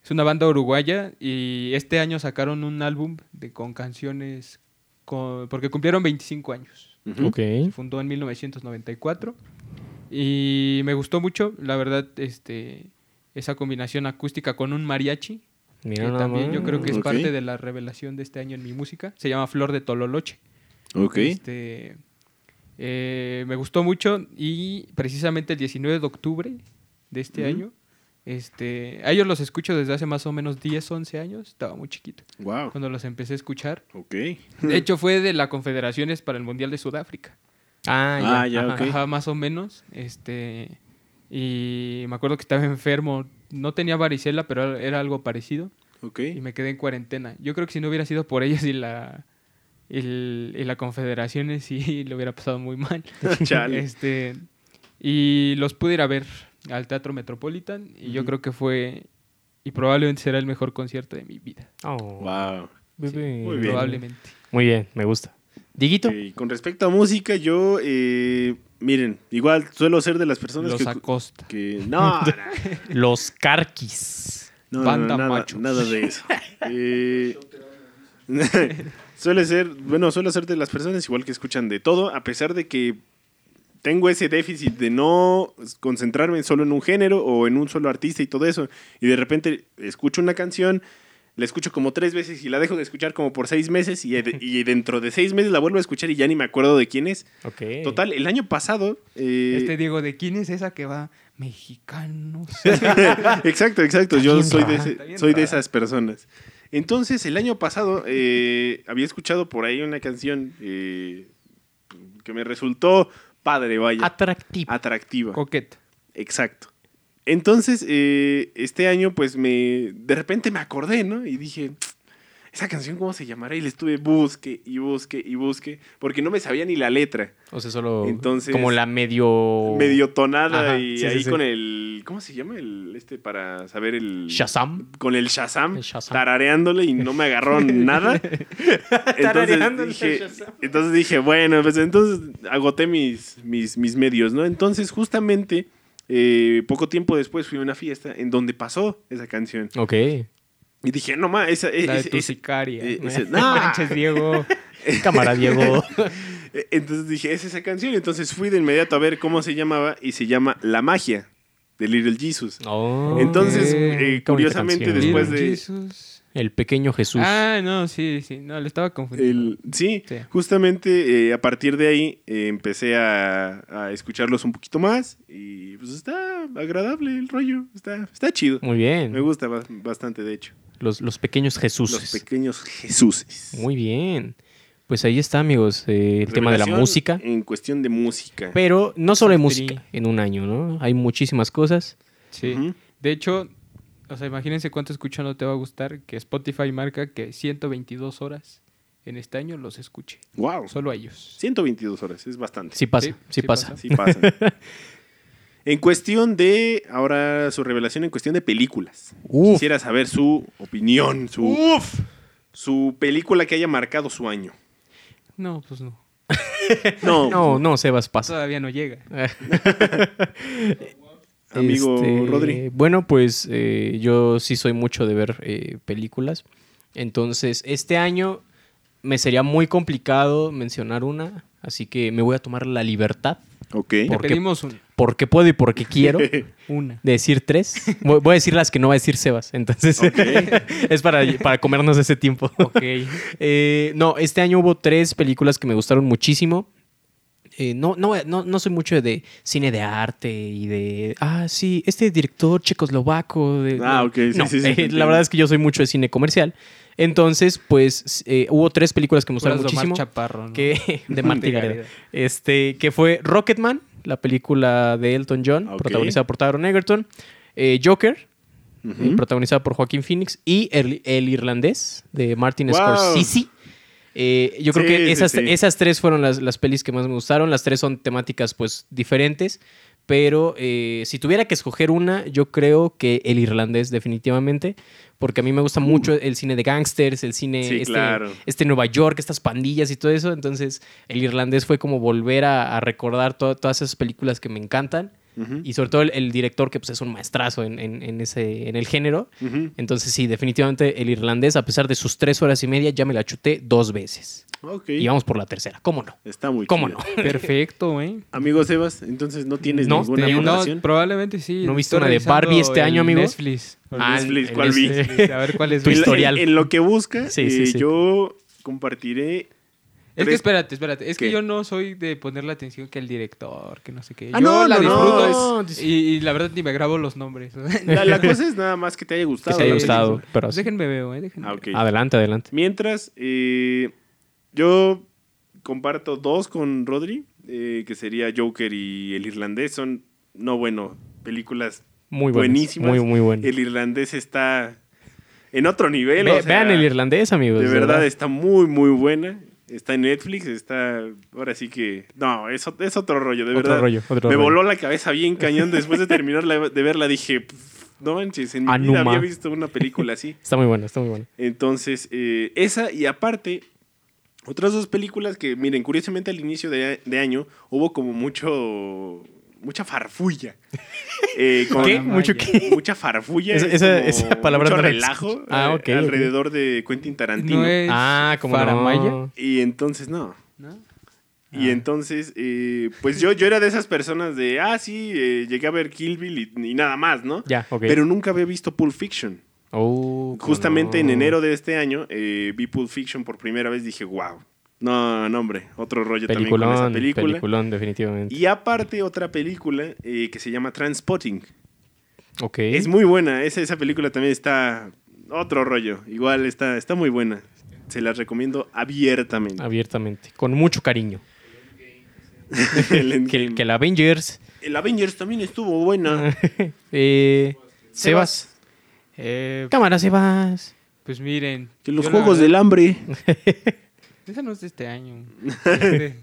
C: es una banda uruguaya y este año sacaron un álbum de, con canciones con- porque cumplieron 25 años.
E: Ujú.
C: Se fundó en 1994 y me gustó mucho, la verdad, este esa combinación acústica con un mariachi, que
F: Mira nada
C: también yo
F: más.
C: creo que es
E: Ok.
C: parte de la revelación de este año en mi música. Se llama Flor de Tololoche.
E: Ok.
F: Pues,
C: Este, eh, me gustó mucho y precisamente el 19 de octubre de este año, este, a ellos los escucho desde hace más o menos 10, 11 años, estaba muy chiquito,
E: Wow.
C: cuando los empecé a escuchar.
E: Ok.
C: De hecho fue de la Confederaciones para el Mundial de Sudáfrica,
F: Ah,
E: Ah,
F: ya.
E: ya,
F: ajá.
E: ok.
C: Ajá, más o menos. Este, y me acuerdo que estaba enfermo, no tenía varicela, pero era algo parecido
E: Ok.
C: y me quedé en cuarentena. Yo creo que si no hubiera sido por ellos y la el- y la confederaciones sí le hubiera pasado muy mal.
E: Chale.
C: Este y los pude ir a ver al Teatro Metropolitan y yo
E: Ujú.
C: creo que fue y probablemente será el mejor concierto de mi vida,
F: Oh,
E: Wow.
F: bebé.
E: muy bien.
C: probablemente.
F: Muy bien, me gusta. Diguito.
E: Ok, Con respecto a música, yo, eh, miren, igual suelo ser de las personas
C: Los
E: que,
C: Acosta.
E: que- No, no,
F: Los Carquis.
E: No,
C: Banda
E: no, nada,
C: machos.
E: nada de eso. Eh, suele ser, bueno, suele ser de las personas igual que escuchan de todo, a pesar de que tengo ese déficit de no concentrarme solo en un género o en un solo artista y todo eso. Y de repente escucho una canción, la escucho como tres veces y la dejo de escuchar como por seis meses y, y dentro de seis meses la vuelvo a escuchar y ya ni me acuerdo de quién es.
F: Ok.
E: Total, el año pasado... eh,
C: Este Diego de quién es esa que va mexicanos.
E: exacto, exacto. Yo
F: bien
E: soy de,
F: rara.
E: ese-
C: Está bien
E: soy de
C: rara.
E: esas personas. Entonces, el año pasado eh, había escuchado por ahí una canción eh, que me resultó padre, vaya,
F: Atractivo.
E: atractiva.
C: Coqueto.
E: Exacto. Entonces, eh, este año, pues me. De repente me acordé, ¿no? Y dije, ¿esa canción cómo se llamará? Y le estuve busque y busque y busque, porque no me sabía ni la letra.
F: O sea, solo
E: Entonces-
F: como la medio...
E: Medio tonada
F: Oh. Ajá,
E: y
F: sí, sí,
E: ahí
F: sí.
E: con el. ¿Cómo se llama? El, este para saber el.
F: Shazam.
E: con el Shazam,
F: El Shazam.
E: tarareándole y no me agarró nada. entonces,
F: Tarareándole
E: dije,
F: el Shazam.
E: entonces dije, bueno, pues entonces agoté mis, mis, mis medios, ¿no? Entonces, justamente, eh, poco tiempo después fui a una fiesta en donde pasó esa canción.
F: Ok.
E: Y dije, no ma, esa es...
C: La de tu sicaria.
E: eh, ese-
C: no manches, Diego.
F: Cámara, Diego.
E: E-, entonces dije, es esa canción. Entonces fui de inmediato a ver cómo se llamaba y se llama La Magia. de Little Jesus.
F: Oh,
E: Entonces,
C: ok.
E: eh,
F: Qué bonita
E: curiosamente,
F: canción.
E: después
C: Little
E: de,
C: Jesus.
F: el pequeño Jesús.
C: Ah, no, sí, sí. No, le estaba confundiendo.
E: El- sí,
C: Sí.
E: justamente eh, a partir de ahí eh, empecé a, a escucharlos un poquito más y pues está agradable el rollo, está, está chido.
F: Muy
E: Me
F: bien.
E: gusta ba- bastante, de hecho.
F: Los, los pequeños
E: Los
F: Jesús.
E: pequeños Jesuses.
F: Muy bien. Pues ahí está, amigos, eh, el tema de la
E: Revelación
F: música.
E: En cuestión de música.
F: Pero no solo hay
C: Sastri.
F: música en un año, ¿no? Hay muchísimas cosas.
C: Sí.
E: Ujú.
C: De hecho, o sea, imagínense cuánto escucha no te va a gustar que Spotify marca que 122 horas en este año los escuche.
E: Wow.
C: Solo a ellos.
E: 122 horas, es bastante.
F: Sí pasa,
C: Sí,
F: sí,
C: sí
F: pasa.
C: pasa.
E: Sí pasa. en cuestión de, ahora su revelación en cuestión de películas.
F: Uf.
E: Quisiera saber su opinión, su,
A: Uf.
E: su película que haya marcado su año.
C: No, pues no.
E: No,
F: No, no, Sebas, pasa.
C: Todavía no llega.
E: amigo
F: Este,
E: Rodri.
F: Bueno, pues eh, yo sí soy mucho de ver eh, películas. Entonces, este año me sería muy complicado mencionar una. Así que me voy a tomar la libertad.
E: Ok.
C: Te
F: Porque-
C: pedimos un-
F: Porque puedo y porque quiero.
C: una.
F: de decir tres. Voy voy a decir las que no va a decir Sebas. Entonces, es para, para comernos ese tiempo.
C: Ok.
F: Eh, no, este año hubo tres películas que me gustaron muchísimo. Eh, no, no, no, no soy mucho de cine de arte y de. Ah, sí, este director checoslovaco. de-
E: Ah,
F: no,
E: ok, sí,
F: no,
E: sí, sí,
F: eh,
E: te
F: la
E: entiendo.
F: verdad es que yo soy mucho de cine comercial. Entonces, pues eh, hubo tres películas que me
C: Puras
F: gustaron
C: de Omar
F: muchísimo.
C: Chaparro, ¿no?
F: Que, de Martí Gareda.
C: Gareda.
F: Este, que fue Rocketman, la película de Elton John,
E: Ok.
F: protagonizada por Taron Egerton. Eh, Joker,
E: Ujú.
F: eh, protagonizada por Joaquín Phoenix. Y El, El irlandés, de Martin
E: Wow.
F: Scorsese. Eh, yo creo
E: Sí,
F: que
E: sí,
F: esas,
E: sí.
F: esas tres fueron las, las pelis que más me gustaron. Las tres son temáticas, pues, diferentes. Pero eh, si tuviera que escoger una, yo creo que el irlandés, definitivamente. Porque a mí me gusta mucho el cine de gangsters, el cine
E: Uh. Sí,
F: este,
E: claro.
F: este Nueva York, estas pandillas y todo eso. Entonces, el irlandés fue como volver a, a recordar to- todas esas películas que me encantan.
E: Ujú.
F: Y sobre todo el, el director, que pues, es un maestrazo en, en- en ese, en el género.
E: Ujú.
F: Entonces, sí, definitivamente el irlandés, a pesar de sus tres horas y media, ya me la chuté dos veces.
E: Ok.
F: Y vamos por la tercera. ¿Cómo no?
E: Está muy
F: ¿Cómo
E: chido.
F: no?
C: Perfecto, ¿eh?
E: Amigo Sebas, entonces no tienes
F: No,
E: ninguna
C: Te- no,
E: relación.
C: probablemente sí.
F: ¿No viste
C: Estoy
F: una de
C: revisando
F: Barbie este
C: el
F: año, amigo?
C: Netflix.
F: Ah,
E: Netflix,
F: el-
E: ¿cuál vi?
F: el-
C: A ver cuál es.
F: Tu
E: En la-
C: Es
F: historial.
E: En, lo que busca,
F: Sí, sí,
E: eh,
F: sí.
E: yo compartiré.
C: que espérate, espérate. Es
E: ¿Qué?
C: que yo no soy de ponerle atención que el director, que no sé qué.
E: Ah,
C: yo
E: no,
C: la
E: no,
C: disfruto
F: no,
C: es- y, y la verdad ni me grabo los nombres. Pues
E: La, la cosa es nada más que te haya
F: Que
E: gustado.
F: te haya
E: la
F: gustado.
E: película.
F: Pero
C: Déjenme veo, ¿eh? Déjenme
E: Ah,
C: ver.
E: ok.
F: Adelante, adelante.
E: Mientras, eh, yo comparto dos con Rodri, eh, que sería Joker y El Irlandés. Son, no bueno, películas
F: Muy buenas,
E: buenísimas.
F: Muy, muy bueno.
E: El Irlandés está en otro nivel. o sea,
F: vean el irlandés, amigos.
E: De verdad está muy, muy buena. Está en Netflix, está... Ahora sí que... No, es, ot- es otro rollo, de
F: Otro
E: verdad.
F: rollo, otro
E: Me
F: rollo.
E: voló la cabeza bien cañón después de terminar la- de verla. Dije, "Pff, no manches, en mi vida
F: Anuma.
E: había visto una película así.
F: Está muy bueno, está muy bueno.
E: Entonces, eh, esa y aparte, otras dos películas que, miren, curiosamente al inicio de, de año hubo como mucho... Mucha farfulla. Eh, con-
F: ¿Qué?
C: Ah,
F: ¿Mucho
C: vaya.
F: qué?
E: Mucha farfulla.
F: Esa-
E: es
F: esa-
E: como
F: esa palabra
E: Mucho
F: no la-
E: relajo
F: Ah,
E: eh,
F: ok, ok.
E: alrededor de Quentin Tarantino.
C: No es
F: Ah, como no.
C: Faramaya.
E: Y entonces, no.
C: ¿no?
F: Ah.
E: Y entonces, eh, pues yo, yo era de esas personas de, ah, sí, eh, llegué a ver Kill Bill y, y nada más, ¿no?
F: Ya, ok.
E: Pero nunca había visto Pulp Fiction.
F: Oh, cómo
E: Justamente en
F: no.
E: enero de este año eh, vi Pulp Fiction por primera vez, dije, wow. No, no, hombre, otro rollo también con
F: Peliculón,
E: esa película.
F: peliculón, definitivamente.
E: Y aparte otra película eh, que se llama Transpotting.
F: ok.
E: Es muy buena, esa, esa película también está otro rollo. Igual está, está muy buena. Se las recomiendo
F: Ah,
E: abiertamente.
F: Abiertamente. Con mucho cariño.
E: El Endgame.
F: Que el, que Ah. el Avengers.
E: El Avengers también estuvo buena.
F: eh, Sebas.
C: Eh,
F: Cámara, Sebas.
C: pues miren.
E: Que los
C: yo la
E: Juegos
C: verdad-
E: del Hambre.
C: Esa no es de este año. Este,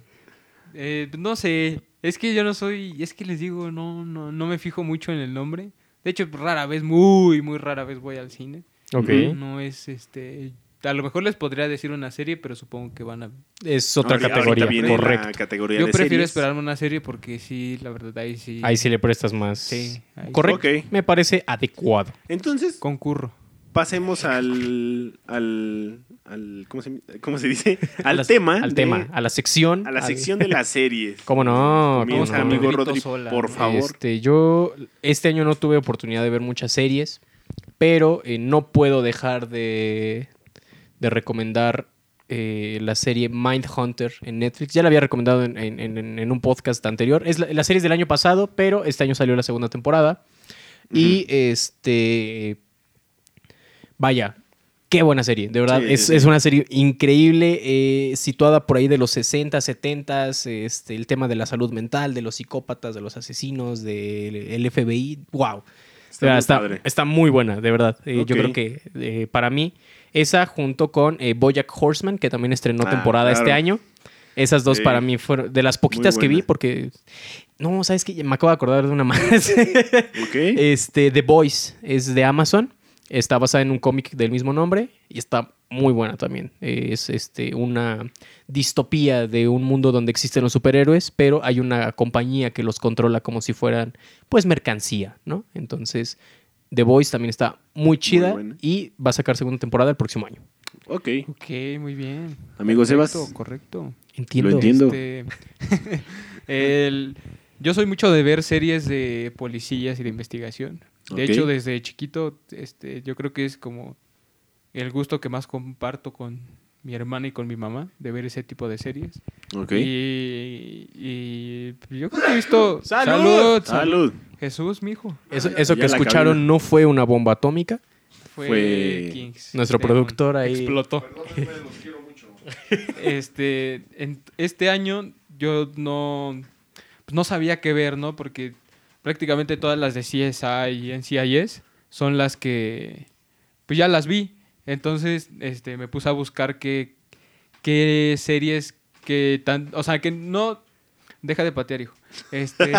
C: eh, no sé, es que yo no soy, es que les digo, no, no, no me fijo mucho en el nombre. De hecho, rara vez, muy, muy rara vez voy al cine.
F: Ok.
C: No es este. A lo mejor les podría decir una serie, pero supongo que van a.
F: Es otra
E: Ahorita- ahorita
F: categoría.
E: viene la
F: Correcto.
E: categoría
C: Yo
E: de
C: prefiero
E: series.
C: esperarme una serie porque sí, la verdad, ahí sí.
F: Ahí sí le prestas más.
C: Sí, ahí sí.
F: Correcto.
E: Ok.
F: Me parece adecuado.
E: Entonces,
C: Concurro.
E: pasemos al, al, al- ¿cómo, se, cómo se dice?
F: A
E: Al
F: las-
E: tema.
F: Al
E: de-
F: tema, a la sección.
E: A la
F: al-
E: sección de las series.
F: ¿Cómo no? ¿Cómo
E: Comienza,
F: no?
E: amigo
C: Pedrito
E: Rodri,
C: Sola,
E: por
C: ¿no?
E: favor.
F: Este, yo este año no tuve oportunidad de ver muchas series, pero eh, no puedo dejar de, de recomendar eh, la serie Mindhunter en Netflix. Ya la había recomendado en, en- en- en un podcast anterior. Es la, la serie es del año pasado, pero este año salió la segunda temporada. Y este. Vaya, qué buena serie. De verdad,
E: Sí,
F: es,
E: sí, sí.
F: es una serie increíble, eh, situada por ahí de los 60, 70, este, el tema de la salud mental, de los psicópatas, de los asesinos, del FBI. ¡Wow!
E: Está
F: Ah,
E: muy
F: está,
E: padre.
F: está muy buena, de verdad. Eh, Yo
E: Ok.
F: creo que eh, para mí, esa junto con eh, Bojack Horseman, que también estrenó
E: Ah,
F: temporada este
E: claro.
F: año. Esas dos
E: Sí.
F: para mí fueron de las poquitas que vi
E: buena.
F: porque... No, ¿sabes qué? Me acabo de acordar de una más.
E: Ok.
F: Este, The Voice es de Amazon. Está basada en un cómic del mismo nombre y está muy buena también. Eh, Es este, una distopía de un mundo donde existen los superhéroes, pero hay una compañía que los controla como si fueran, pues, mercancía, ¿no? Entonces, The Voice también está muy chida
E: buena.
F: y va a sacar segunda temporada el próximo año.
E: ok.
C: Ok, muy bien.
E: Amigo Sebas.
C: Correcto, correcto.
F: Entiendo.
E: Lo entiendo.
C: Este, el- yo soy mucho de ver series de policías y de investigación. De
E: Ok.
C: hecho, desde chiquito, este, yo creo que es como el gusto que más comparto con mi hermana y con mi mamá de ver ese tipo de series.
E: Ok.
C: Y, y pues, yo creo que he visto.
E: ¡Salud!
C: ¡Salud!
E: Salud.
C: Jesús, mi hijo.
F: Eso, eso
E: Ah, Ya
F: que
E: la
F: escucharon
E: cabina.
F: no fue una bomba atómica.
C: Fue,
E: Fue
C: Kings.
F: nuestro
C: Demon.
F: productor ahí.
C: Explotó. este, en- este año yo no, pues no sabía qué ver, ¿no? Porque prácticamente todas las de CSI y NCIS son las que pues ya las vi. Entonces este, me puse a buscar qué, qué series que tan... O sea, que no... Deja de patear, hijo. Este,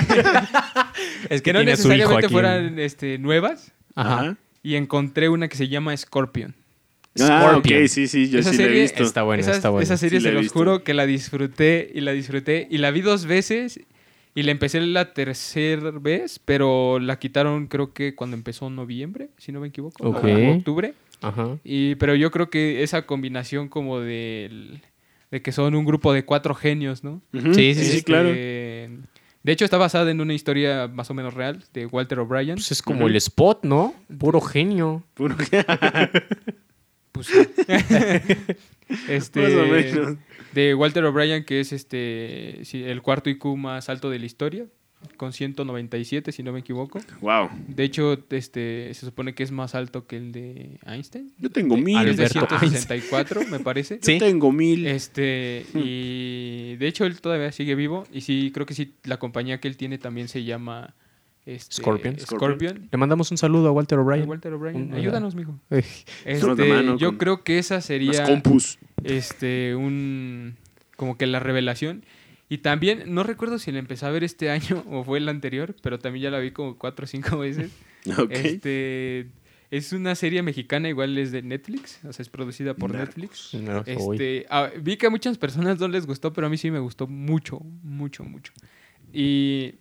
F: Es
C: que no
F: tiene a su hijo
C: necesariamente
F: aquí.
C: fueran este, nuevas.
F: Ajá.
C: Y encontré una que se llama Scorpion.
E: Ah, ok,
F: Scorpion.
E: sí, sí, yo
C: Esa
E: sí la he
C: serie
E: visto.
F: Está buena,
C: esa,
F: está buena.
C: esa serie
E: Sí la
C: se
E: he
C: los
E: visto.
C: juro que la disfruté y la disfruté. Y la vi dos veces y la empecé la tercera vez, pero la quitaron creo que cuando empezó noviembre, si no me equivoco. o
F: Ok.
C: octubre.
F: Ajá.
C: Y, pero yo creo que esa combinación como del- de que son un grupo de cuatro genios, ¿no? Este,
E: Ujú,
F: Sí, sí,
E: sí,
F: sí.
E: claro.
C: De hecho, está basada en una historia más o menos real de Walter O'Brien.
F: Pues es como el spot, ¿no? Puro genio.
E: Puro-
C: Pues sí. este,
E: Más o menos.
C: De Walter O'Brien, que es este sí, el cuarto IQ más alto de la historia, con 197, si no me equivoco.
E: Wow.
C: De hecho, este se supone que es más alto que el de Einstein.
E: Yo tengo mil.
C: Es de
F: Albert. Alberto Einstein. Eh,
C: 164, me parece.
E: Yo tengo mil.
C: Este, y de hecho él todavía sigue vivo. Y sí, creo que sí, la compañía que él tiene también se llama este,
F: Scorpion.
C: Scorpion.
F: Le mandamos un saludo a Walter O'Brien.
C: Walter
F: Un-
C: O'Brien, ayúdanos, mijo.
F: Ey,
E: Danos la
C: Este,
E: mano
C: yo
E: con
C: creo que esa
E: Las
C: sería
E: compus.
C: este un como que la revelación y también no recuerdo si la empecé a ver este año o fue el anterior pero también ya la vi como cuatro o cinco veces
E: Ok.
C: este es una serie mexicana igual es de Netflix o sea es producida por
E: Narcos.
C: Netflix
F: pues, no, soy.
C: este, ah, vi que a muchas personas no les gustó pero a mí sí me gustó mucho mucho mucho y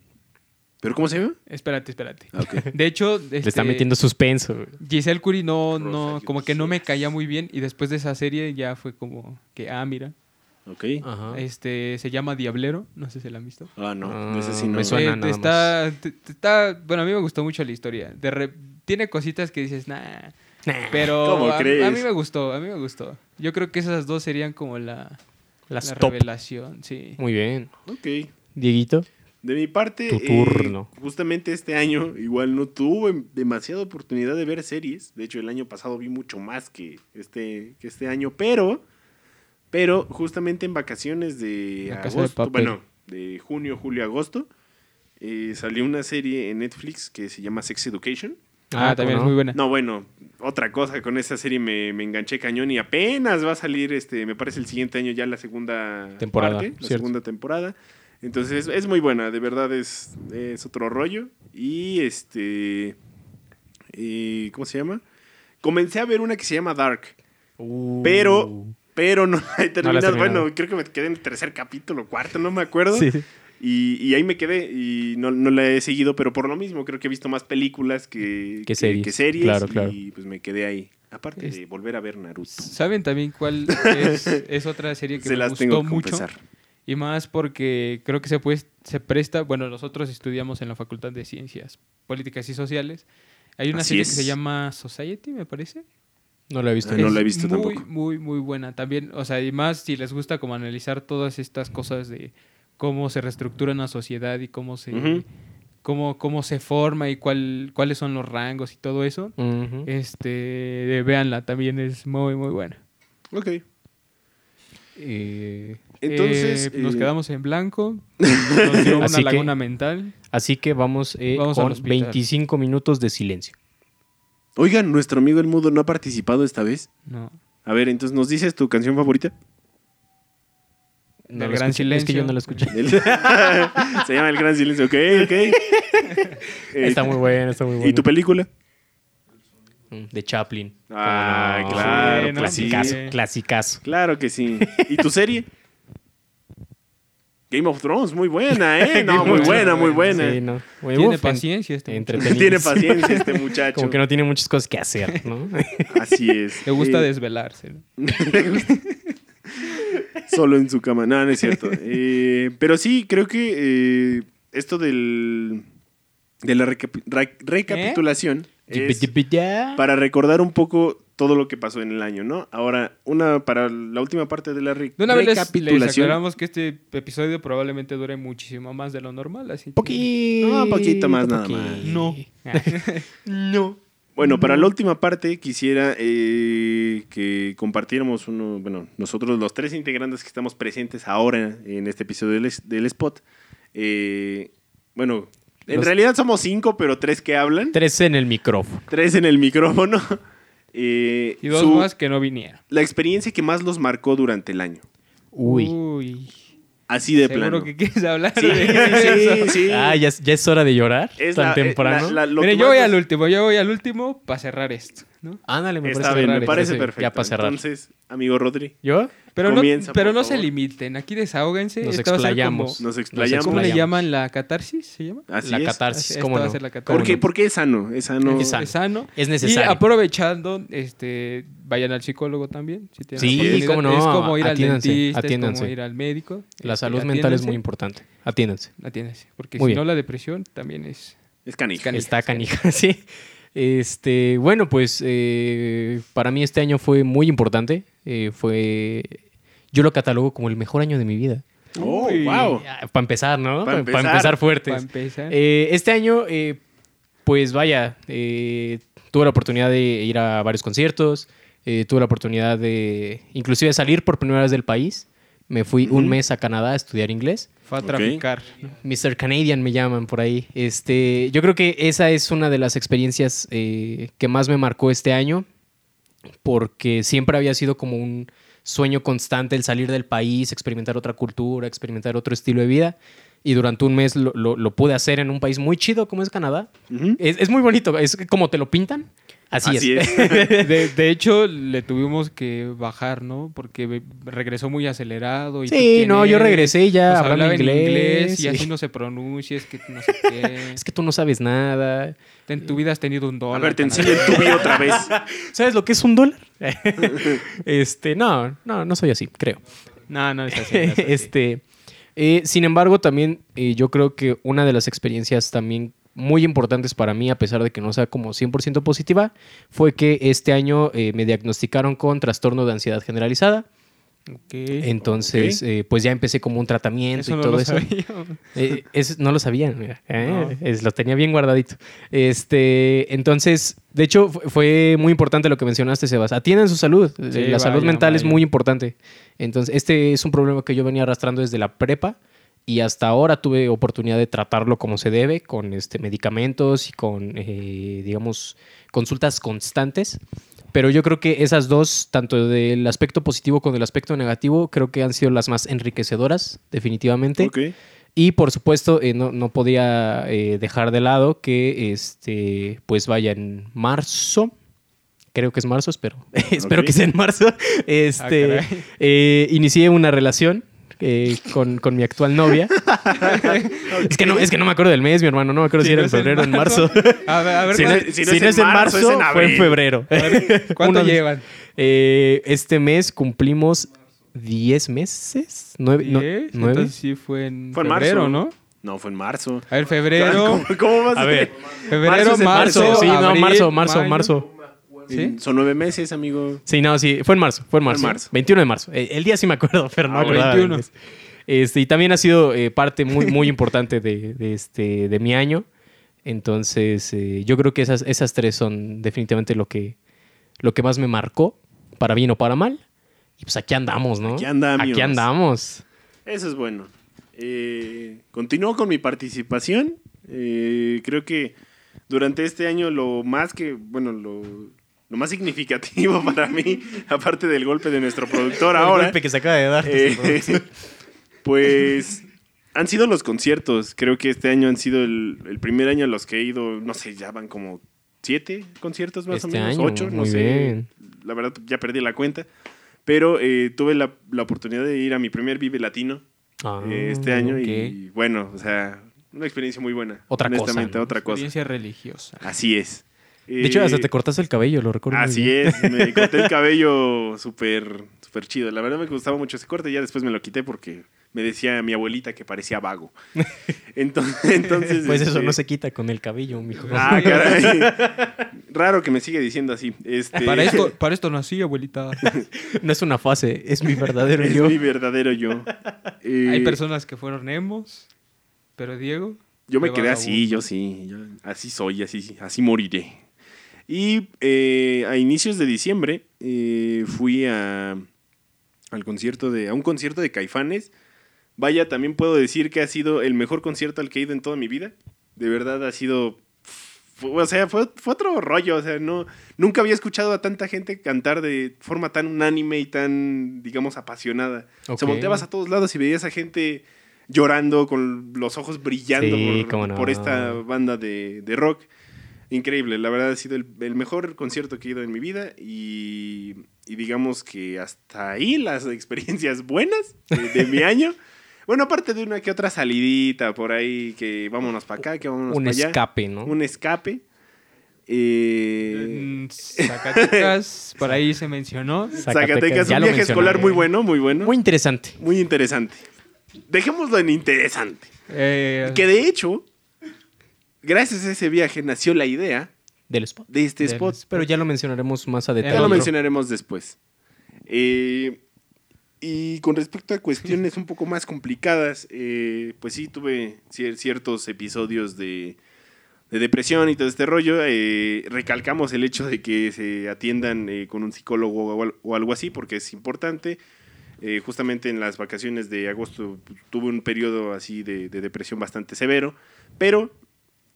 E: ¿Pero cómo se llama?
C: espérate espérate
E: Ah, ok.
C: de hecho
F: Le está
C: este,
F: metiendo suspenso. güey.
C: Giselle Curie no, no,
E: Rosario
C: como que no me caía muy bien y después de esa serie ya fue como que, ah, mira,
E: Ok.
F: Ajá.
C: este se llama Diablero, no sé si la han visto.
E: Ah, no.
F: Ah,
E: no sé si no.
F: me suena.
C: Eh,
F: nada
C: está, te- te- está, bueno, a mí me gustó mucho la historia. De re- tiene cositas que dices, nah,
F: Nah,
C: pero
E: ¿Cómo
C: a,
E: crees?
C: a mí me gustó, a mí me gustó. Yo creo que esas dos serían como la,
F: las
C: la
F: top.
C: revelación, sí.
F: Muy bien.
E: Ok.
F: Dieguito.
E: De mi parte,
F: Tu
E: eh,
F: turno.
E: justamente este año igual no tuve demasiada oportunidad de ver series. De hecho, el año pasado vi mucho más que este, que este año, pero, pero justamente en vacaciones de
C: La Casa de
E: agosto,
C: Papel.
E: bueno, de junio, julio, agosto, eh, salió una serie en Netflix que se llama Sex Education.
C: Ah, también es muy buena.
E: No, bueno, otra cosa, con esa serie me, me enganché cañón y apenas va a salir, este, me parece el siguiente año ya la segunda
F: Temporada,
E: parte, la
F: cierto.
E: segunda temporada. Entonces es muy buena, de verdad es, es otro rollo. Y este, y, ¿cómo se llama? Comencé a ver una que se llama Dark,
F: Uh.
E: pero, pero no la he
F: No la has
E: terminado.
F: terminado.
E: bueno, creo que me quedé en el tercer capítulo, cuarto, no me acuerdo.
F: Sí, sí.
E: Y, y ahí me quedé y no, no la he seguido, pero por lo mismo creo que he visto más películas que,
F: Que series,
E: que series
F: claro, claro.
E: y pues me quedé ahí. Aparte de volver a ver Naruto.
C: ¿Saben también cuál es, es otra serie que
E: Se
C: me
E: las
C: gustó
E: tengo que
C: mucho?
E: confesar.
C: Y más porque creo que se, pues, se presta, bueno, nosotros estudiamos en la Facultad de Ciencias Políticas y Sociales. Hay una
E: Así
C: serie
E: es.
C: que se llama Society, me parece.
F: No la he visto.
E: Ah, no
C: Es
E: la he visto
C: muy,
E: tampoco.
C: Muy, muy buena. También, o sea, y más si les gusta como analizar todas estas cosas de cómo se reestructura una sociedad y cómo se,
E: Ujú.
C: cómo, cómo se forma y cuál, cuáles son los rangos y todo eso.
F: Ujú.
C: Eh, Este, véanla, también es muy, muy buena.
E: Ok.
F: Eh,
E: Entonces.
C: Eh, nos
E: eh,
C: quedamos en blanco. Nos dio una
F: Así que-
C: laguna mental.
F: así que vamos, eh,
C: Vamos al
F: con
C: hospital.
F: 25 minutos de silencio.
E: Oigan, nuestro amigo El Mudo no ha participado esta vez.
C: No.
E: A ver, entonces, ¿nos dices tu canción favorita?
F: No
C: Del
F: la
C: gran
F: escuché. Es que
C: silencio.
F: yo no la escuché.
E: El- Se llama El Gran Silencio, ok, ok. Eh,
F: Está muy buena, está muy buena.
E: ¿Y tu película?
F: Mm, De Chaplin.
E: Ah,
F: Cómo
E: claro,
C: Sí, no,
F: Clasicazo,
C: sí.
F: clasicazo.
E: Claro que sí. ¿Y tu serie? Game of Thrones, muy buena, ¿eh? No,
C: Game
E: muy
C: of
E: buena,
C: Thrones,
E: muy buena.
F: Sí, no. Oye,
C: Tiene
F: uf,
C: paciencia este
F: en-
C: muchacho.
F: entretenido.
E: Tiene paciencia este muchacho.
F: Como que no tiene muchas cosas que hacer, ¿no?
E: Así es.
C: Le gusta
E: Eh,
C: desvelarse. ¿no?
E: Le gusta. Solo en su cama. No, no es cierto. Eh, pero sí, creo que eh, esto del. de la recapi- ra- recapitulación.
C: ¿Eh?
E: es para recordar un poco todo lo que pasó en el año, ¿no? Ahora, una para la última parte de la re-
C: De una vez les- les,
E: recapitulación.
C: aclaramos que este episodio probablemente dure muchísimo más de lo normal, así que-
E: No, un poquito más, nada más.
C: No.
F: No.
E: Bueno, para la última parte quisiera eh, que compartiéramos uno, bueno, nosotros los tres integrantes que estamos presentes ahora en este episodio del, es- del spot. eh, bueno, en
F: Los-
E: realidad somos cinco, pero tres que hablan,
F: Tres en el micrófono.
E: tres en el micrófono. Eh,
C: Y dos
E: su-
C: más que no vinieron.
E: La experiencia que más los marcó durante el año.
F: Uy.
C: Uy.
E: Así de
C: Seguro
E: plano.
C: que quieres hablar
E: Sí,
C: de
E: sí,
C: eso.
E: sí.
F: Ah, ¿ya, es- ya es hora de llorar.
E: Es
F: tan
E: la- eh,
F: temprano.
E: la- la- lo
C: Mire,
E: que
C: yo
E: más
C: voy
E: nos-
C: al último, yo voy al último para cerrar esto, ¿no?
F: Ándale, me
E: Está
F: parece
E: bien, me
F: raro.
E: parece
F: Sí,
E: perfecto.
F: Ya para cerrar.
E: Entonces, amigo Rodri,
F: ¿Yo?
C: Pero no,
E: Comienza,
C: pero
E: por
C: no se
E: favor.
C: limiten, aquí desahóguense.
F: Nos
C: Esta va a ser
F: explayamos.
C: como-
E: nos explayamos.
C: ¿Cómo le
F: explayamos.
C: llaman la catarsis? ¿Se llama?
E: Así
F: la
E: es.
F: catarsis,
C: Esta
F: ¿cómo
C: va a
F: no?
C: ser la catarsis.
F: ¿Cómo
E: ¿Por qué?
F: no?
E: Porque es sano, es sano.
F: Es sano.
C: Es sano.
F: Es
C: Y
F: necesario.
C: aprovechando, este, vayan al psicólogo también. Si tienen
F: Sí,
C: oportunidad.
F: cómo no,
C: Es como ir
F: atiéndanse,
C: al dentista, es
F: atiéndanse.
C: como ir al médico.
F: La
C: este,
F: salud mental es muy
C: atiéndanse,
F: importante. Atiéndanse.
C: Atiéndanse, porque
F: Muy
C: si
F: bien.
C: no la depresión también es...
E: Es canija.
C: Es canija.
F: Está canija, sí. Este, bueno, pues eh, para mí este año fue muy importante. Eh, fue, yo lo catalogo como el mejor año de mi vida. Eh,
E: Oh, wow.
F: Para empezar, ¿no?
E: Pa'
F: Pa'
E: empezar.
F: fuertes.
C: Para empezar.
F: Eh, este año, eh, pues vaya, eh, tuve la oportunidad de ir a varios conciertos, eh, tuve la oportunidad de inclusive salir por primera vez del país. Me fui un mes a Canadá a estudiar inglés.
C: Fue a
E: ok.
C: traficar.
F: Mr. Canadian me llaman por ahí. Este, yo creo que esa es una de las experiencias eh, que más me marcó este año, porque siempre había sido como un sueño constante el salir del país, experimentar otra cultura, experimentar otro estilo de vida. Y durante un mes lo, lo- lo pude hacer en un país muy chido como es Canadá.
E: Ujú.
F: Es, es muy bonito, es como te lo pintan. Así,
E: Así
F: es.
E: es.
C: De, de hecho, le tuvimos que bajar, ¿no? Porque ve- regresó muy acelerado. Y
F: Sí,
C: tú quién
F: no, yo
C: eres.
F: regresé y ya
C: Nos
F: hablaba
C: hablaba en
F: inglés,
C: inglés.
F: sí.
C: Y así no se pronuncia, es que no sé qué.
F: Es que tú no sabes nada.
C: En tu vida has tenido un
E: A
C: dólar.
E: ver, te enseño
C: canadiense.
E: el tubi otra vez.
F: ¿Sabes lo que es un dólar? este, no, no, no soy así, creo.
C: No, no es así. no es así.
F: este, eh, sin embargo, también eh, yo creo que una de las experiencias también muy importantes para mí, a pesar de que no sea como 100% positiva, fue que este año eh, me diagnosticaron con trastorno de ansiedad generalizada.
C: Ok.
F: Entonces, eh, pues ya empecé como un tratamiento
C: Eso
F: y
C: no
F: todo
C: lo
F: eso.
C: sabía.
F: Eh, es- no lo sabía, mira. Eh, es- lo tenía bien guardadito. Este, entonces, de hecho, fu- fue muy importante lo que mencionaste, Sebas. Atiendan su salud. Eh,
C: Sí,
F: la salud
C: vaya,
F: mental es
C: vaya.
F: muy importante. Entonces, este es un problema que yo venía arrastrando desde la prepa y hasta ahora tuve oportunidad de tratarlo como se debe, con este, medicamentos y con, eh, digamos, consultas constantes. Pero yo creo que esas dos, tanto del aspecto positivo como del aspecto negativo, creo que han sido las más enriquecedoras, definitivamente.
E: Ok.
F: Y por supuesto, eh, no, no podía eh, dejar de lado que este, pues vaya en marzo. Creo que es marzo, espero. espero
E: Ok.
F: que sea en marzo. Este
C: Ah, caray.
F: eh, inicié una relación eh, con, con mi actual novia. es, que no, es que no me acuerdo del mes, mi hermano. No me acuerdo si, era en febrero o en marzo.
C: A ver, a ver,
F: Si no,
C: ¿cuál-
E: si
F: si no es en marzo,
E: es en
F: fue en
E: abril.
F: febrero.
C: ¿cuánto
F: Uno-
C: llevan?
F: Eh, este mes cumplimos 10 meses. 9.
C: Diez, Entonces sí fue en
E: Fue en marzo.
C: febrero, ¿no?
E: No, fue en marzo.
C: A ver, febrero,
E: ¿Cómo, cómo vas a,
F: A ver,
E: Marzo
C: febrero,
E: es en
C: marzo,
E: marzo,
F: sí, no,
C: abril,
F: marzo, marzo,
C: mayo.
F: marzo.
C: ¿Sí?
E: Mm, Son nueve meses, amigo.
F: Sí, no, sí, fue en marzo, fue en marzo.
E: marzo.
F: 21 de marzo. Eh, El día sí me acuerdo, pero no
C: Ah,
F: acordaba
C: 21.
F: del mes. Este, y también ha sido eh, parte muy, muy importante de, de este, de mi año. Entonces, eh, yo creo que esas, esas tres son definitivamente lo que, lo que más me marcó, para bien o para mal. Y pues aquí andamos, ¿no?
E: Aquí andamos.
F: Aquí andamos.
E: Eso es bueno. Eh, continúo con mi participación. Eh, creo que durante este año lo más que, bueno, lo, lo más significativo para mí, aparte del golpe de nuestro productor ahora,
F: que se acaba de dar.
E: eh, pues han sido los conciertos. Creo que este año han sido el, el primer año a los que he ido, no sé, ya van como siete conciertos más
F: Este
E: o menos,
F: año,
E: ocho, no
F: muy
E: sé.
F: bien.
E: La verdad, ya perdí la cuenta. Pero eh, tuve la, la oportunidad de ir a mi primer Vive Latino
F: Ah,
E: eh, este año
F: ok.
E: y bueno, o sea, una experiencia muy buena.
F: Otra cosa,
E: honestamente,
F: ¿no?
E: otra cosa.
C: Experiencia religiosa.
E: Así es.
F: De hecho,
E: Eh,
F: hasta te cortaste el cabello, lo recuerdo. muy
E: Así
F: bien.
E: es, me corté el cabello súper súper chido. La verdad me gustaba mucho ese corte, ya después me lo quité porque me decía mi abuelita que parecía vago. Entonces, entonces,
F: Pues eso
E: este,
F: no se quita con el cabello, mijo.
E: Ah, caray. Raro que me sigue diciendo así. Este,
C: Para esto, para esto nací, abuelita.
F: No es una fase, es mi verdadero
E: es
F: yo.
E: mi verdadero yo. Eh,
C: Hay personas que fueron hemos, pero Diego.
E: Yo me
C: fue
E: quedé así,
C: vagabundo.
E: yo sí, yo así soy, así, así moriré. Y eh, a inicios de diciembre eh, fui a, al concierto de, a un concierto de Caifanes. Vaya, también puedo decir que ha sido el mejor concierto al que he ido en toda mi vida. De verdad ha sido, fue- o sea, fue, fue otro rollo. O sea, no, nunca había escuchado a tanta gente cantar de forma tan unánime y tan, digamos, apasionada. Se
F: Ok.
E: volteabas a todos lados y veías a gente llorando con los ojos brillando
F: Sí,
E: por,
F: cómo no.
E: por esta banda de, de rock. Increíble, la verdad ha sido el, el mejor concierto que he ido en mi vida y, y digamos que hasta ahí las experiencias buenas de, de mi año. Bueno, aparte de una que otra salidita por ahí, que vámonos para acá, que vámonos
F: Un
E: para allá.
F: escape, ¿no?
E: Un escape. Eh,
C: En Mm, Zacatecas, por ahí se mencionó.
E: Zacatecas,
F: ya
E: un
F: lo
E: viaje
F: mencioné.
E: escolar muy bueno, muy bueno.
F: Muy interesante.
E: muy interesante. Dejémoslo en interesante.
C: Eh,
E: Que de hecho, gracias a ese viaje nació la idea
F: Del spot.
E: de este
F: Del
E: spot.
F: Pero ya lo mencionaremos más a detalle.
E: Ya lo
C: otro.
E: mencionaremos después. Eh, y con respecto a cuestiones un poco más complicadas, eh, pues sí, tuve cier- ciertos episodios de, de depresión y todo este rollo. Eh, recalcamos el hecho de que se atiendan eh, con un psicólogo o, al- o algo así, porque es importante. Eh, justamente en las vacaciones de agosto tuve un periodo así de, de depresión bastante severo, pero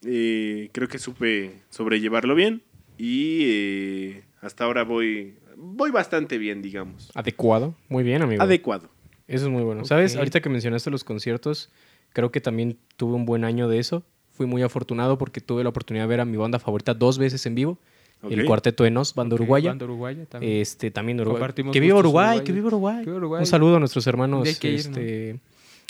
E: eh, creo que supe sobrellevarlo bien y eh, hasta ahora voy, voy bastante bien, digamos.
F: Adecuado. Muy bien, amigo.
E: Adecuado.
F: eso es muy bueno.
C: Ok.
F: ¿Sabes? Ahorita que mencionaste los conciertos, creo que también tuve un buen año de eso. Fui muy afortunado porque tuve la oportunidad de ver a mi banda favorita dos veces en vivo. El
E: Ok.
F: Cuarteto de Nos, banda
C: ok,
F: uruguaya.
C: Banda uruguaya también.
F: Este, también de Uruguay.
C: Compartimos
F: Que viva
C: gustos
F: Uruguay,
C: uruguayos.
F: que viva Uruguay.
C: Que viva Uruguay.
F: Un saludo a nuestros hermanos.
C: Un día hay que ir,
F: este,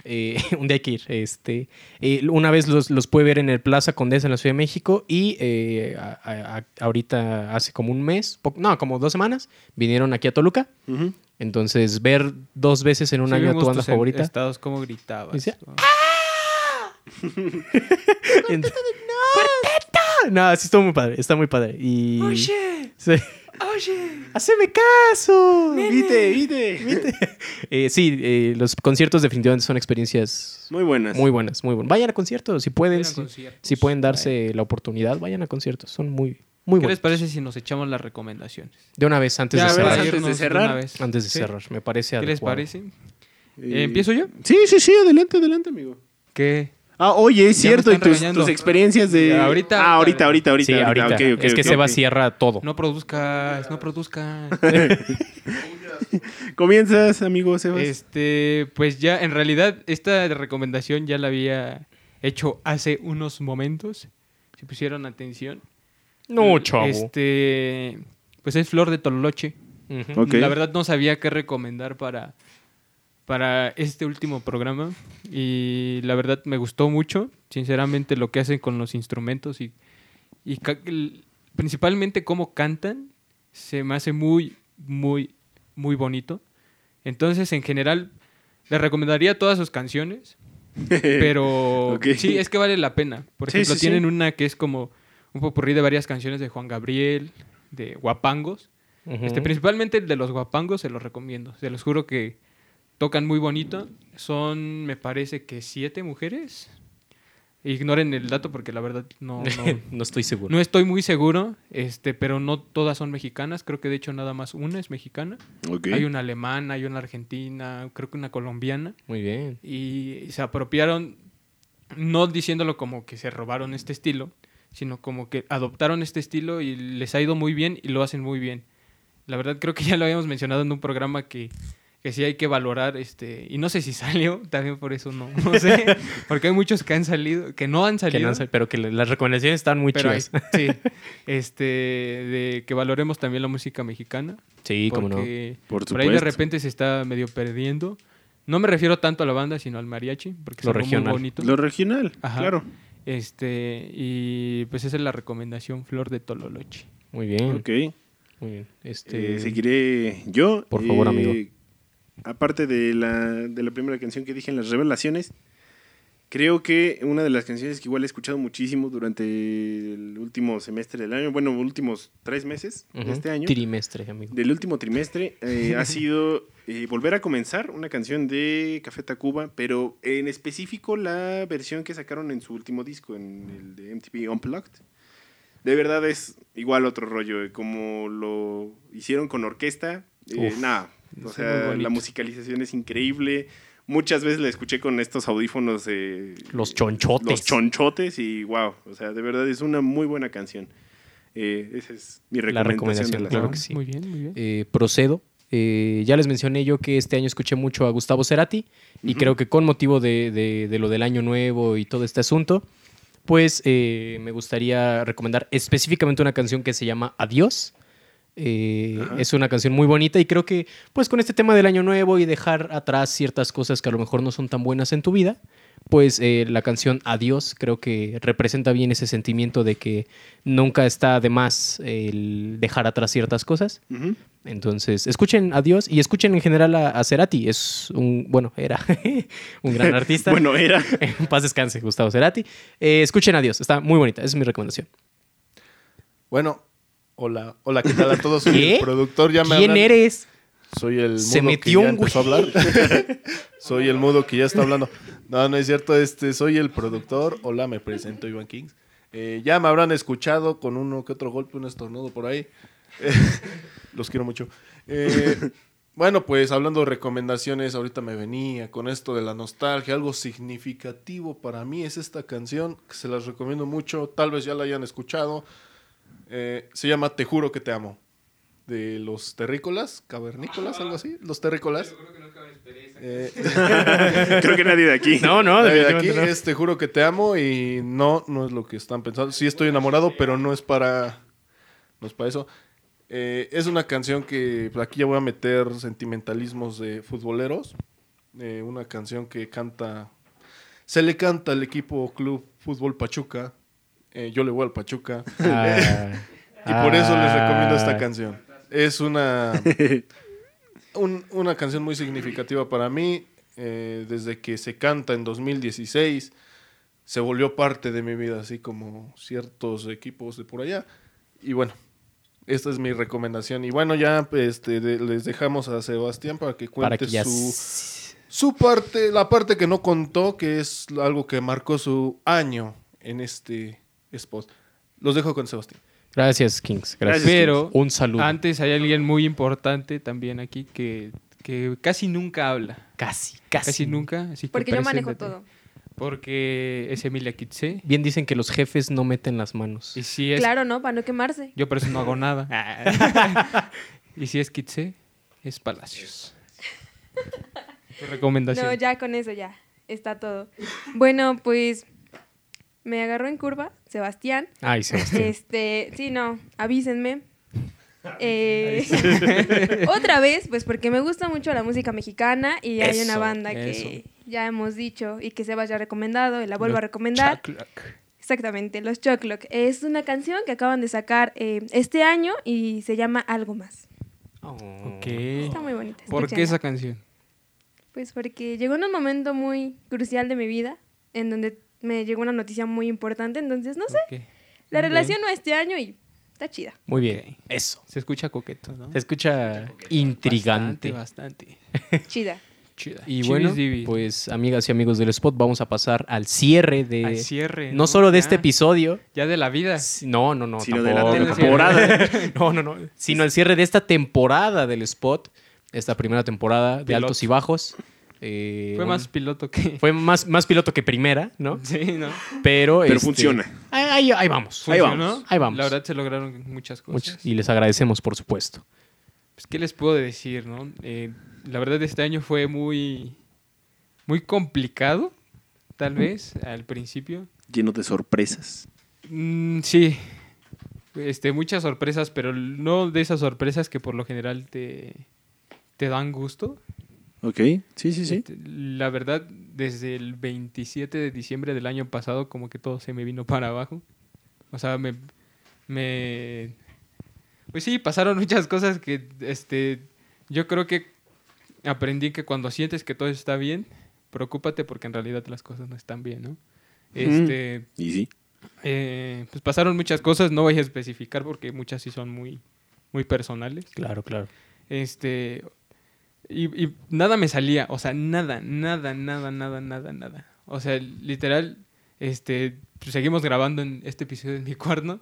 F: eh, un día hay que ir. Este, eh, una vez los, los pude ver en el Plaza Condesa en la Ciudad de México y eh, a- a- a- ahorita hace como un mes, po- no, como dos semanas, vinieron aquí a Toluca.
E: Ujú.
F: Entonces, ver dos veces en un
C: Sí
F: año a
C: vimos
F: tu banda
C: tus en-
F: favorita.
C: Estados como gritabas.
F: Dice,
C: ¿no?
F: En- ¡Cuarteto! No, sí, estuvo muy padre. Está muy padre. Y...
C: Oh, Oye,
F: Sí.
C: oye.
F: ¡Haceme caso!
E: Vite, vite.
F: Eh, sí, eh, los conciertos definitivamente son experiencias
E: Muy buenas.
F: muy buenas, muy buenas. Vayan a conciertos, si pueden,
C: Vayan a
F: si,
C: conciertos.
F: si pues, pueden darse la oportunidad, vayan a conciertos. Son muy, muy
C: ¿Qué les
F: buenos.
C: parece si nos echamos las recomendaciones?
F: De una vez, antes
C: Ya,
F: de
C: a ver,
F: cerrar.
E: antes de
C: irnos
E: cerrar,
C: una vez.
F: Antes de
C: Sí.
F: cerrar, me parece
C: ¿Qué les
F: adecuado.
C: parece?
E: Eh,
C: ¿Empiezo yo?
E: Sí, sí, sí, adelante, adelante, amigo.
C: ¿Qué?
E: Ah, oye, es
C: Ya me
E: cierto, y
C: están
E: tus,
C: regañando.
E: tus experiencias de...
C: Ahorita,
E: Ah,
C: ahorita,
E: ahorita, ahorita, ahorita.
F: Sí, ahorita.
E: ok, ok,
F: es que
E: ok,
F: Seba
E: ok.
F: cierra todo.
C: No produzcas, no produzcas.
E: Comienzas, amigo Sebas.
C: este, pues ya, en realidad, esta recomendación ya la había hecho hace unos momentos. Si pusieron atención.
F: No, chavo.
C: Este, pues es Flor de Tololoche.
F: Ujú.
E: Ok.
C: La verdad no sabía qué recomendar para, para este último programa y la verdad me gustó mucho, sinceramente, lo que hacen con los instrumentos y, y ca- el- principalmente cómo cantan, se me hace muy, muy, muy bonito. Entonces, en general, les recomendaría todas sus canciones, pero
E: Ok.
C: sí, es que vale la pena. Por
E: Sí,
C: ejemplo,
E: sí, sí.
C: tienen una que es como un popurrí de varias canciones de Juan Gabriel, de Guapangos. Este, principalmente el de los guapangos se los recomiendo. Se los juro que tocan muy bonito. Son, me parece que siete mujeres. Ignoren el dato porque la verdad no, no,
F: No estoy seguro.
C: no estoy muy seguro. Este, pero no todas son mexicanas. Creo que de hecho nada más una es mexicana.
E: Ok.
C: Hay una alemana, hay una argentina, creo que una colombiana
F: Muy bien.
C: y se apropiaron, no diciéndolo como que se robaron este estilo, sino como que adoptaron este estilo y les ha ido muy bien y lo hacen muy bien. La verdad creo que ya lo habíamos mencionado en un programa que, que sí hay que valorar, este, y no sé si salió, también por eso no, no sé, porque hay muchos que han salido, que no han
F: Que
C: salido.
F: no sé, pero que le- las recomendaciones están muy
C: pero
F: chidas.
C: hay- sí, este, de que valoremos también la música mexicana.
F: Sí, como no.
C: porque
E: Por
C: por ahí de
E: supuesto.
C: repente se está medio perdiendo. No me refiero tanto a la banda, sino al mariachi, porque es
F: Lo
C: algo muy
F: regional.
C: bonito.
E: Lo regional,
C: Ajá.
E: claro.
C: Este, y pues esa es la recomendación, Flor de Tololoche.
F: Muy bien.
E: Ok.
F: Muy bien. Este,
E: Eh, seguiré yo.
F: Por favor,
E: Eh,
F: amigo.
E: Aparte de la, de la primera canción que dije en las revelaciones, creo que una de las canciones que igual he escuchado muchísimo durante el último semestre del año, bueno, últimos tres meses
F: ujú,
E: de este año,
F: Trimestre, amigo.
E: del último trimestre, eh, ha sido eh, Volver a Comenzar, una canción de Café Tacuba, pero en específico la versión que sacaron en su último disco, en el de MTV Unplugged. De verdad es igual otro rollo, eh, como lo hicieron con orquesta. eh, nada, o
C: es muy
E: sea,
C: bonito.
E: la musicalización es increíble. Muchas veces la escuché con estos audífonos. eh,
F: Los chonchotes.
E: Los chonchotes y wow, o sea, de verdad es una muy buena canción. Eh, esa es mi recomendación.
F: La recomendación,
E: de la semana.
F: claro que sí.
C: Muy bien, muy bien.
F: Eh, procedo. Eh, ya les mencioné yo que este año escuché mucho a Gustavo Cerati y creo que con motivo de, de- de lo del año nuevo y todo este asunto, pues eh, me gustaría recomendar específicamente una canción que se llama Adiós. Eh,
E: Ajá.
F: es una canción muy bonita y creo que pues con este tema del año nuevo y dejar atrás ciertas cosas que a lo mejor no son tan buenas en tu vida, pues eh, la canción Adiós creo que representa bien ese sentimiento de que nunca está de más el dejar atrás ciertas cosas.
E: Ujú.
F: Entonces, escuchen a Dios y escuchen en general a, a Cerati. Es un, bueno, era un gran artista.
E: Bueno, era.
F: En paz descanse, Gustavo Cerati. Eh, escuchen a Dios, está muy bonita. Esa es mi recomendación.
G: Bueno, hola, hola, ¿qué tal a todos? Soy
F: ¿Qué?
G: el productor, ya me
F: ¿Quién
G: hablan-
F: eres?
G: Soy el mudo
F: Se
G: que
F: metió
G: ya
F: un güey.
G: empezó a hablar. soy el mudo que ya está hablando. No, no es cierto. Este, soy el productor. Hola, me presento Iván Kings. Eh, ya me habrán escuchado con uno que otro golpe, un estornudo por ahí. Eh, los quiero mucho. Eh, bueno, pues hablando de recomendaciones, ahorita me venía con esto de la nostalgia. Algo significativo para mí es esta canción que se las recomiendo mucho. Tal vez ya la hayan escuchado. Eh, se llama Te juro que te amo de los terrícolas, cavernícolas, algo así, los terrícolas. Eh,
E: Creo que nadie de aquí.
F: No, no,
G: eh, aquí
F: definitivamente no.
G: es Te juro que te amo y no, no es lo que están pensando. Sí estoy enamorado, pero no es para, no es para eso. Eh, es una canción que pues, aquí ya voy a meter sentimentalismos de futboleros. Eh, una canción que canta, se le canta al equipo Club Fútbol Pachuca. Eh, yo le voy al Pachuca.
F: Ah,
G: Y por eso les
F: ah.
G: recomiendo esta canción. Es una, un- una canción muy significativa para mí. eh, desde que se canta en 2016, se volvió parte de mi vida, así como ciertos equipos de por allá. Y bueno, esta es mi recomendación. Y bueno, ya este, de- les dejamos a Sebastián para que cuente
F: Para que ya...
G: su,
F: s-
G: su parte, la parte que no contó, que es algo que marcó su año en este spot. Los dejo con Sebastián.
F: Gracias, Kings. Gracias.
C: Pero-
F: Un saludo.
C: Antes hay alguien muy importante también aquí que, que casi nunca habla.
F: Casi,
C: Casi,
F: casi.
C: nunca. Así que
H: Porque yo manejo
C: preséntate.
H: todo.
C: Porque es Emilia Kitze.
F: Bien dicen que los jefes no meten las manos.
C: Y si es...
H: Claro, ¿no? Para no quemarse.
C: Yo por eso no hago nada. y si es Kitze, es Palacios. Tu recomendación.
H: No, ya con eso ya. Está todo. Bueno, pues me agarró en curva, Sebastián.
F: Ay, Sebastián.
H: Este, sí, no, avísenme. Eh, otra vez, pues porque me gusta mucho la música mexicana y hay una
I: Eso,
H: banda que ya hemos dicho y que Sebas ya ha recomendado y la vuelvo a recomendar. Exactamente, Los Choclock. Es una canción que acaban de sacar eh, este año y se llama Algo Más.
F: Oh.
C: Ok.
H: Está muy bonita.
C: ¿Por qué
H: escúchenla.
C: esa canción?
H: Pues porque llegó en un momento muy crucial de mi vida en donde me llegó una noticia muy importante, entonces no sé,
C: Ok.
H: la
C: Ok.
H: relaciono a este año y está chida.
F: Muy bien. Eso.
C: Se escucha coqueto, ¿no?
F: Se escucha intrigante.
C: Bastante, bastante.
H: Chida.
C: Chida.
F: Y bueno,
C: pues
F: pues amigas y amigos del spot, vamos a pasar al cierre de...
C: al cierre.
F: Eh, No solo de este
C: episodio.
F: episodio.
C: Ya de la vida.
F: si- No, no, no.
E: Sino de la
F: tampoco.
E: temporada.
F: No, no, no. Sino el cierre de esta temporada del spot. Esta primera temporada de
C: Piloto.
F: altos y bajos. Eh,
C: Fue
F: un-
C: más piloto que.
F: Fue más, más piloto que primera, ¿no?
C: Sí, ¿no?
F: Pero,
E: Pero
F: este,
E: funciona.
F: Ahí, ahí- ahí vamos.
E: Ahí vamos.
C: Funcionó.
F: Ahí vamos.
C: La verdad se lograron muchas cosas.
F: Muchas- y les agradecemos, por supuesto.
C: Pues, ¿Qué les puedo decir, no? Eh, la verdad, este año fue muy. Muy complicado, tal vez, al principio.
E: Lleno de sorpresas.
C: Mm, sí. Este, muchas sorpresas, pero no de esas sorpresas que por lo general te, te dan gusto.
E: Ok, sí, sí, sí.
C: Este, La verdad, desde el 27 de diciembre del año pasado, como que todo se me vino para abajo. O sea, me. me- Pues sí, pasaron muchas cosas que. Este. Yo creo que aprendí que cuando sientes que todo está bien, preocúpate porque en realidad las cosas no están bien, ¿no? Este.
E: Y sí.
C: Eh, pues pasaron muchas cosas, no voy a especificar porque muchas sí son muy, muy personales.
F: Claro, claro.
C: Este. Y, y nada me salía, o sea, nada, nada, nada, nada, nada, nada. O sea, literal, este, pues, seguimos grabando en este episodio en mi cuarto.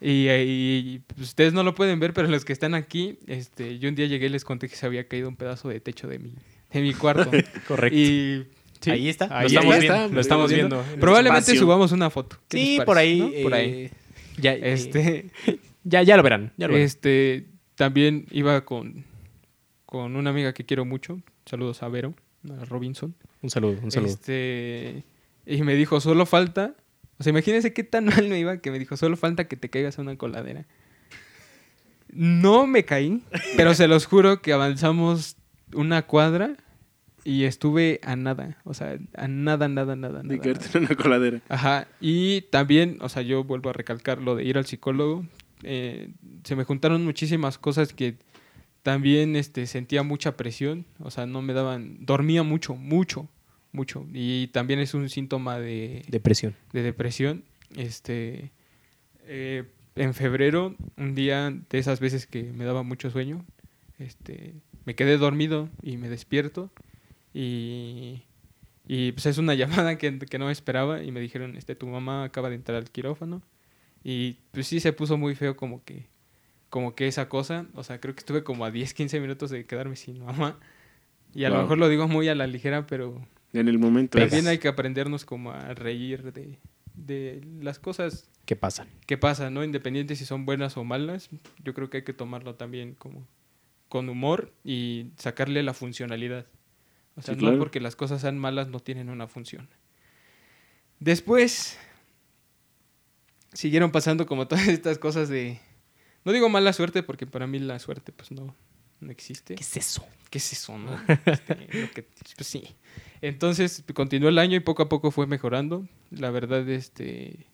C: Y, eh, y, pues, ustedes no lo pueden ver, pero los que están aquí, este, yo un día llegué y les conté que se había caído un pedazo de techo de mi, de mi cuarto.
F: Correcto.
C: Y, sí,
F: Ahí está. Lo
C: ahí
F: estamos
C: está,
F: viendo, lo estamos viendo.
C: Probablemente
E: Espacio.
C: subamos una foto. ¿Qué les
F: sí,
C: parece,
F: por ahí.
C: no? Por ahí.
F: eh, ya, eh,
C: Este,
F: ya, ya lo verán. Ya lo verán.
C: este, también iba con, con una amiga que quiero mucho. Saludos a Vero, a Robinson.
F: Un saludo, un saludo.
C: Este, y me dijo, solo falta... O sea, imagínense qué tan mal me iba que me dijo, solo falta que te caigas a una coladera. No me caí, pero se los juro que avanzamos una cuadra y estuve a nada. O sea, a nada, nada, nada.
E: De
C: nada, nada.
E: caerte en una coladera.
C: Ajá, y también, o sea, yo vuelvo a recalcar lo de ir al psicólogo. Eh, se me juntaron muchísimas cosas que también este, sentía mucha presión, o sea, no me daban, dormía mucho, mucho, mucho. Y también es un síntoma de,
F: Depresión.
C: de depresión. Este, eh, en febrero, un día de esas veces que me daba mucho sueño, este, me quedé dormido y me despierto y, y, pues es una llamada que, que no esperaba y me dijeron, este, tu mamá acaba de entrar al quirófano y pues sí se puso muy feo como que, como que esa cosa, o sea, creo que estuve como a 10, 15 minutos de quedarme sin mamá y a lo
E: Wow.
C: mejor lo digo muy a la ligera, pero
E: En el momento.
C: también hay que aprendernos como a reír de, de las cosas
F: ¿Qué pasa?
C: que pasan, ¿no? Independiente si son buenas o malas, yo creo que hay que tomarlo también como con humor y sacarle la funcionalidad. O sea,
E: Sí,
C: no
E: claro.
C: porque las cosas sean malas no tienen una función. Después siguieron pasando como todas estas cosas de no digo mala suerte porque para mí la suerte pues no no existe.
F: ¿Qué es eso?
C: ¿qué es eso, no? Este, lo que- pues sí. Entonces continuó el año y poco a poco fue mejorando. La verdad, este,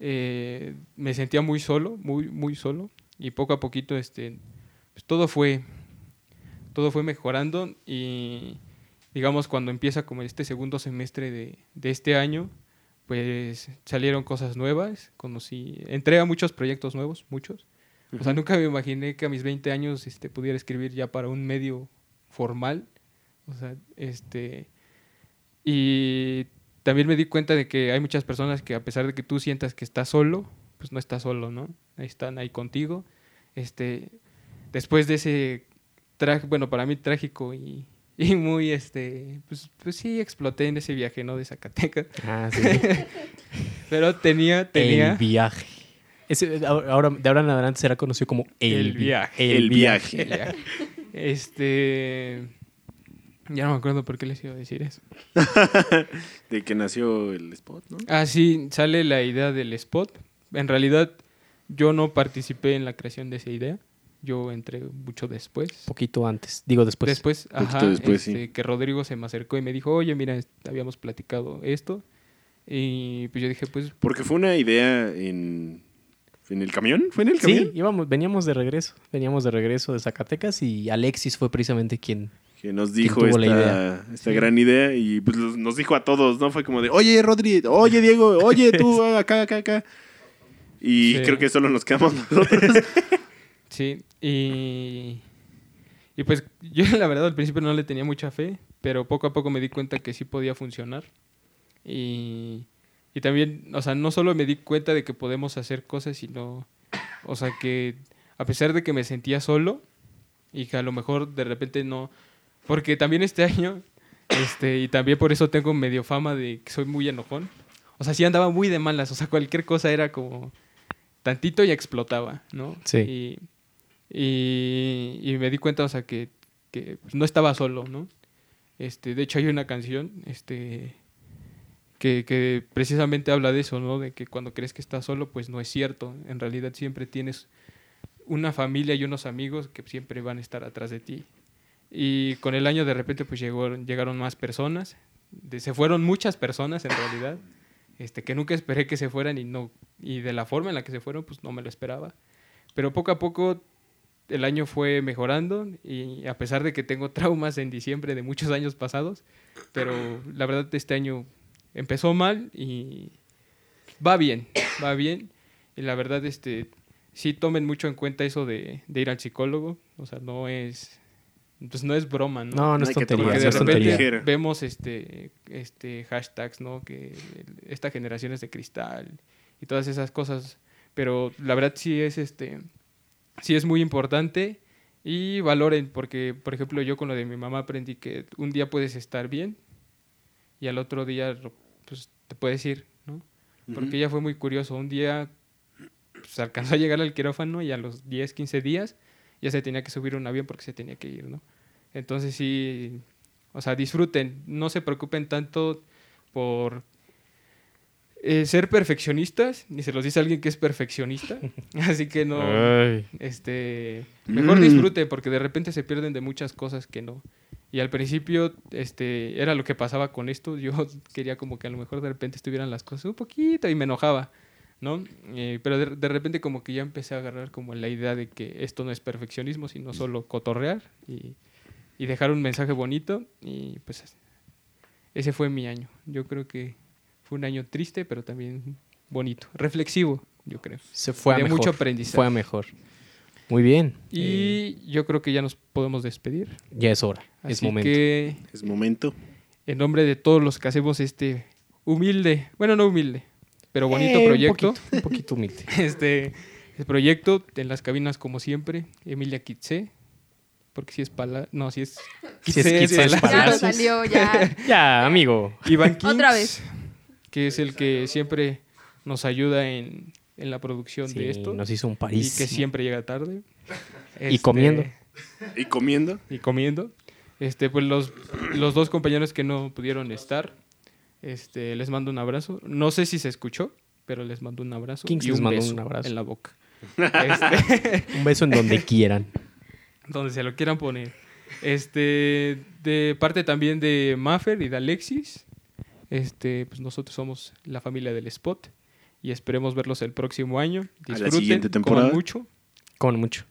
C: eh, me sentía muy solo, muy, muy solo. Y poco a poquito, este, pues, todo fue, todo fue mejorando y digamos cuando empieza como este segundo semestre de, de este año, pues salieron cosas nuevas, conocí, entré a muchos proyectos nuevos, muchos. O sea, nunca me imaginé que a mis 20 años este, pudiera escribir ya para un medio formal. O sea, este. Y también me di cuenta de que hay muchas personas que, a pesar de que tú sientas que estás solo, pues no estás solo, ¿no? Ahí están ahí contigo. Este. Después de ese. Tra bueno, para mí trágico y, y muy, este. Pues, pues sí, exploté en ese viaje, ¿no? De Zacatecas.
F: Ah, sí.
C: Pero tenía. tenía
F: El viaje. Ese, eh, ahora, de ahora en adelante será conocido como el,
C: El
F: vi-
C: viaje.
E: El viaje.
C: Ya. Este. Ya no me acuerdo por qué les iba a decir eso.
E: De que nació el spot, ¿no?
C: Ah, sí, sale la idea del spot. En realidad, Yo no participé en la creación de esa idea. Yo entré mucho después.
F: poquito antes, digo después.
C: después,
E: pues, Poquito
C: ajá,
E: después,
C: este, que Rodrigo se me acercó y me dijo, oye, mira, est- habíamos platicado esto. Y pues yo dije, pues,
E: Porque fue una idea en. ¿En el camión? ¿Fue en el
F: Sí,
E: camión?
F: íbamos, veníamos de regreso, veníamos de regreso de Zacatecas y Alexis fue precisamente quien.
E: Que nos dijo
F: ¿Quién tuvo
E: esta,
F: la
E: esta gran idea y pues los- nos dijo a todos, ¿no? Fue como de, oye, Rodri, oye, Diego, oye, tú, ah, acá, acá, acá. Y
C: Sí.
E: creo que solo nos quedamos nosotros.
C: sí. Y, y pues yo la verdad al principio no le tenía mucha fe, pero poco a poco me di cuenta que sí podía funcionar. Y, y también, o sea, no solo me di cuenta de que podemos hacer cosas, sino, o sea, que a pesar de que me sentía solo y que a lo mejor de repente no, porque también este año, este, y también por eso tengo medio fama de que soy muy enojón, o sea, sí andaba muy de malas, o sea, cualquier cosa era como tantito y explotaba, ¿no?
F: Sí.
C: Y, y, y me di cuenta, o sea, que, que pues, no estaba solo, ¿no? Este, de hecho, hay una canción, este, que, que precisamente habla de eso, ¿no? De que cuando crees que estás solo, pues no es cierto. En realidad siempre tienes una familia y unos amigos que siempre van a estar atrás de ti. Y con el año de repente pues llegó, llegaron más personas, De- se fueron muchas personas en realidad, este, que nunca esperé que se fueran y, no, y de la forma en la que se fueron pues no me lo esperaba. Pero poco a poco el año fue mejorando y a pesar de que tengo traumas en diciembre de muchos años pasados, pero la verdad este año empezó mal y va bien, va bien. Y la verdad, este, sí tomen mucho en cuenta eso de, de ir al psicólogo. O sea, no es, pues no es broma, ¿no?
F: No, no,
E: No
F: es
E: hay que
F: tontería,
E: tomar
F: no
E: que
C: Porque de
F: es
C: repente
F: tontería.
E: Ligera.
C: vemos este, este hashtags, ¿no? Que el- esta generación es de cristal y todas esas cosas. Pero la verdad sí es este, sí es muy importante y valoren porque, por ejemplo, yo con lo de mi mamá aprendí que un día puedes estar bien y al otro día pues, te puedes ir, ¿no? Porque ella fue muy curioso. Un día pues, alcanzó a llegar al quirófano y a los 10, 15 días ya se tenía que subir a un avión porque se tenía que ir, ¿no? Entonces sí, o sea, disfruten, no se preocupen tanto por eh, ser perfeccionistas, ni se los dice alguien que es perfeccionista, así que no,
F: Ay.
C: este, mejor disfrute porque de repente se pierden de muchas cosas que no. Y al principio, este, era lo que pasaba con esto. Yo quería como que a lo mejor de repente estuvieran las cosas un poquito y me enojaba, ¿no? Eh, pero de, de repente como que ya empecé a agarrar como la idea de que esto no es perfeccionismo, sino solo cotorrear y, y dejar un mensaje bonito. Y pues ese fue mi año. Yo creo que fue un año triste, pero también bonito. Reflexivo, yo creo.
F: Se fue a
C: de
F: mejor.
C: mucho aprendizaje.
F: Fue a mejor. Muy bien. Eh,
C: Y yo creo que ya nos podemos despedir.
F: ya es hora,
C: Así
F: es momento.
C: que,
E: es momento.
C: en nombre de todos los que hacemos este humilde, bueno, no humilde, pero bonito
F: Eh, un
C: proyecto,
F: poquito, un poquito humilde.
C: este el proyecto en las cabinas como siempre, Emilia Kitze, porque si es pala, no, si es
F: Si es Kitze, es
H: Ya no
F: Palacios.
H: salió, ya.
F: Ya, amigo.
C: Iván Kings,
H: Otra vez.
C: que es el que siempre nos ayuda en, en la producción
F: Sí,
C: de esto
F: nos hizo un
C: y
F: París.
C: que siempre llega tarde. Este,
F: Y comiendo.
E: ¿Y comiendo?
C: y comiendo. Este, pues los, los dos compañeros que no pudieron estar, este, les mando un abrazo. No sé si se escuchó, pero les mando un abrazo
F: Kings
C: y
F: les
C: un
F: mandó
C: beso
F: un abrazo.
C: en la boca. Este,
F: Un beso en donde quieran.
C: donde se lo quieran poner. Este, de parte también de Maffer y de Alexis. Este, pues nosotros somos la familia del Spot y esperemos verlos el próximo año.
E: la
C: Disfruten,
E: siguiente
C: coman
E: temporada.
C: mucho
F: Con mucho.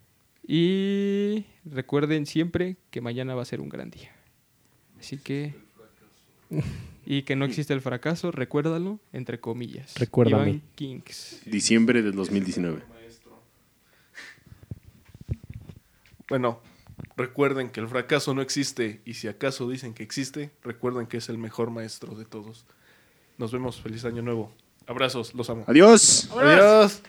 C: y recuerden siempre que mañana va a ser un gran día. Así que. Y que no existe el fracaso, recuérdalo, entre comillas.
F: Recuérdame.
C: Iván Kings.
E: Diciembre del 2019.
G: Bueno, recuerden que el fracaso no existe y si acaso dicen que existe, recuerden que es el mejor maestro de todos. Nos vemos, feliz año nuevo. Abrazos, los amo.
E: Adiós.
G: Adiós.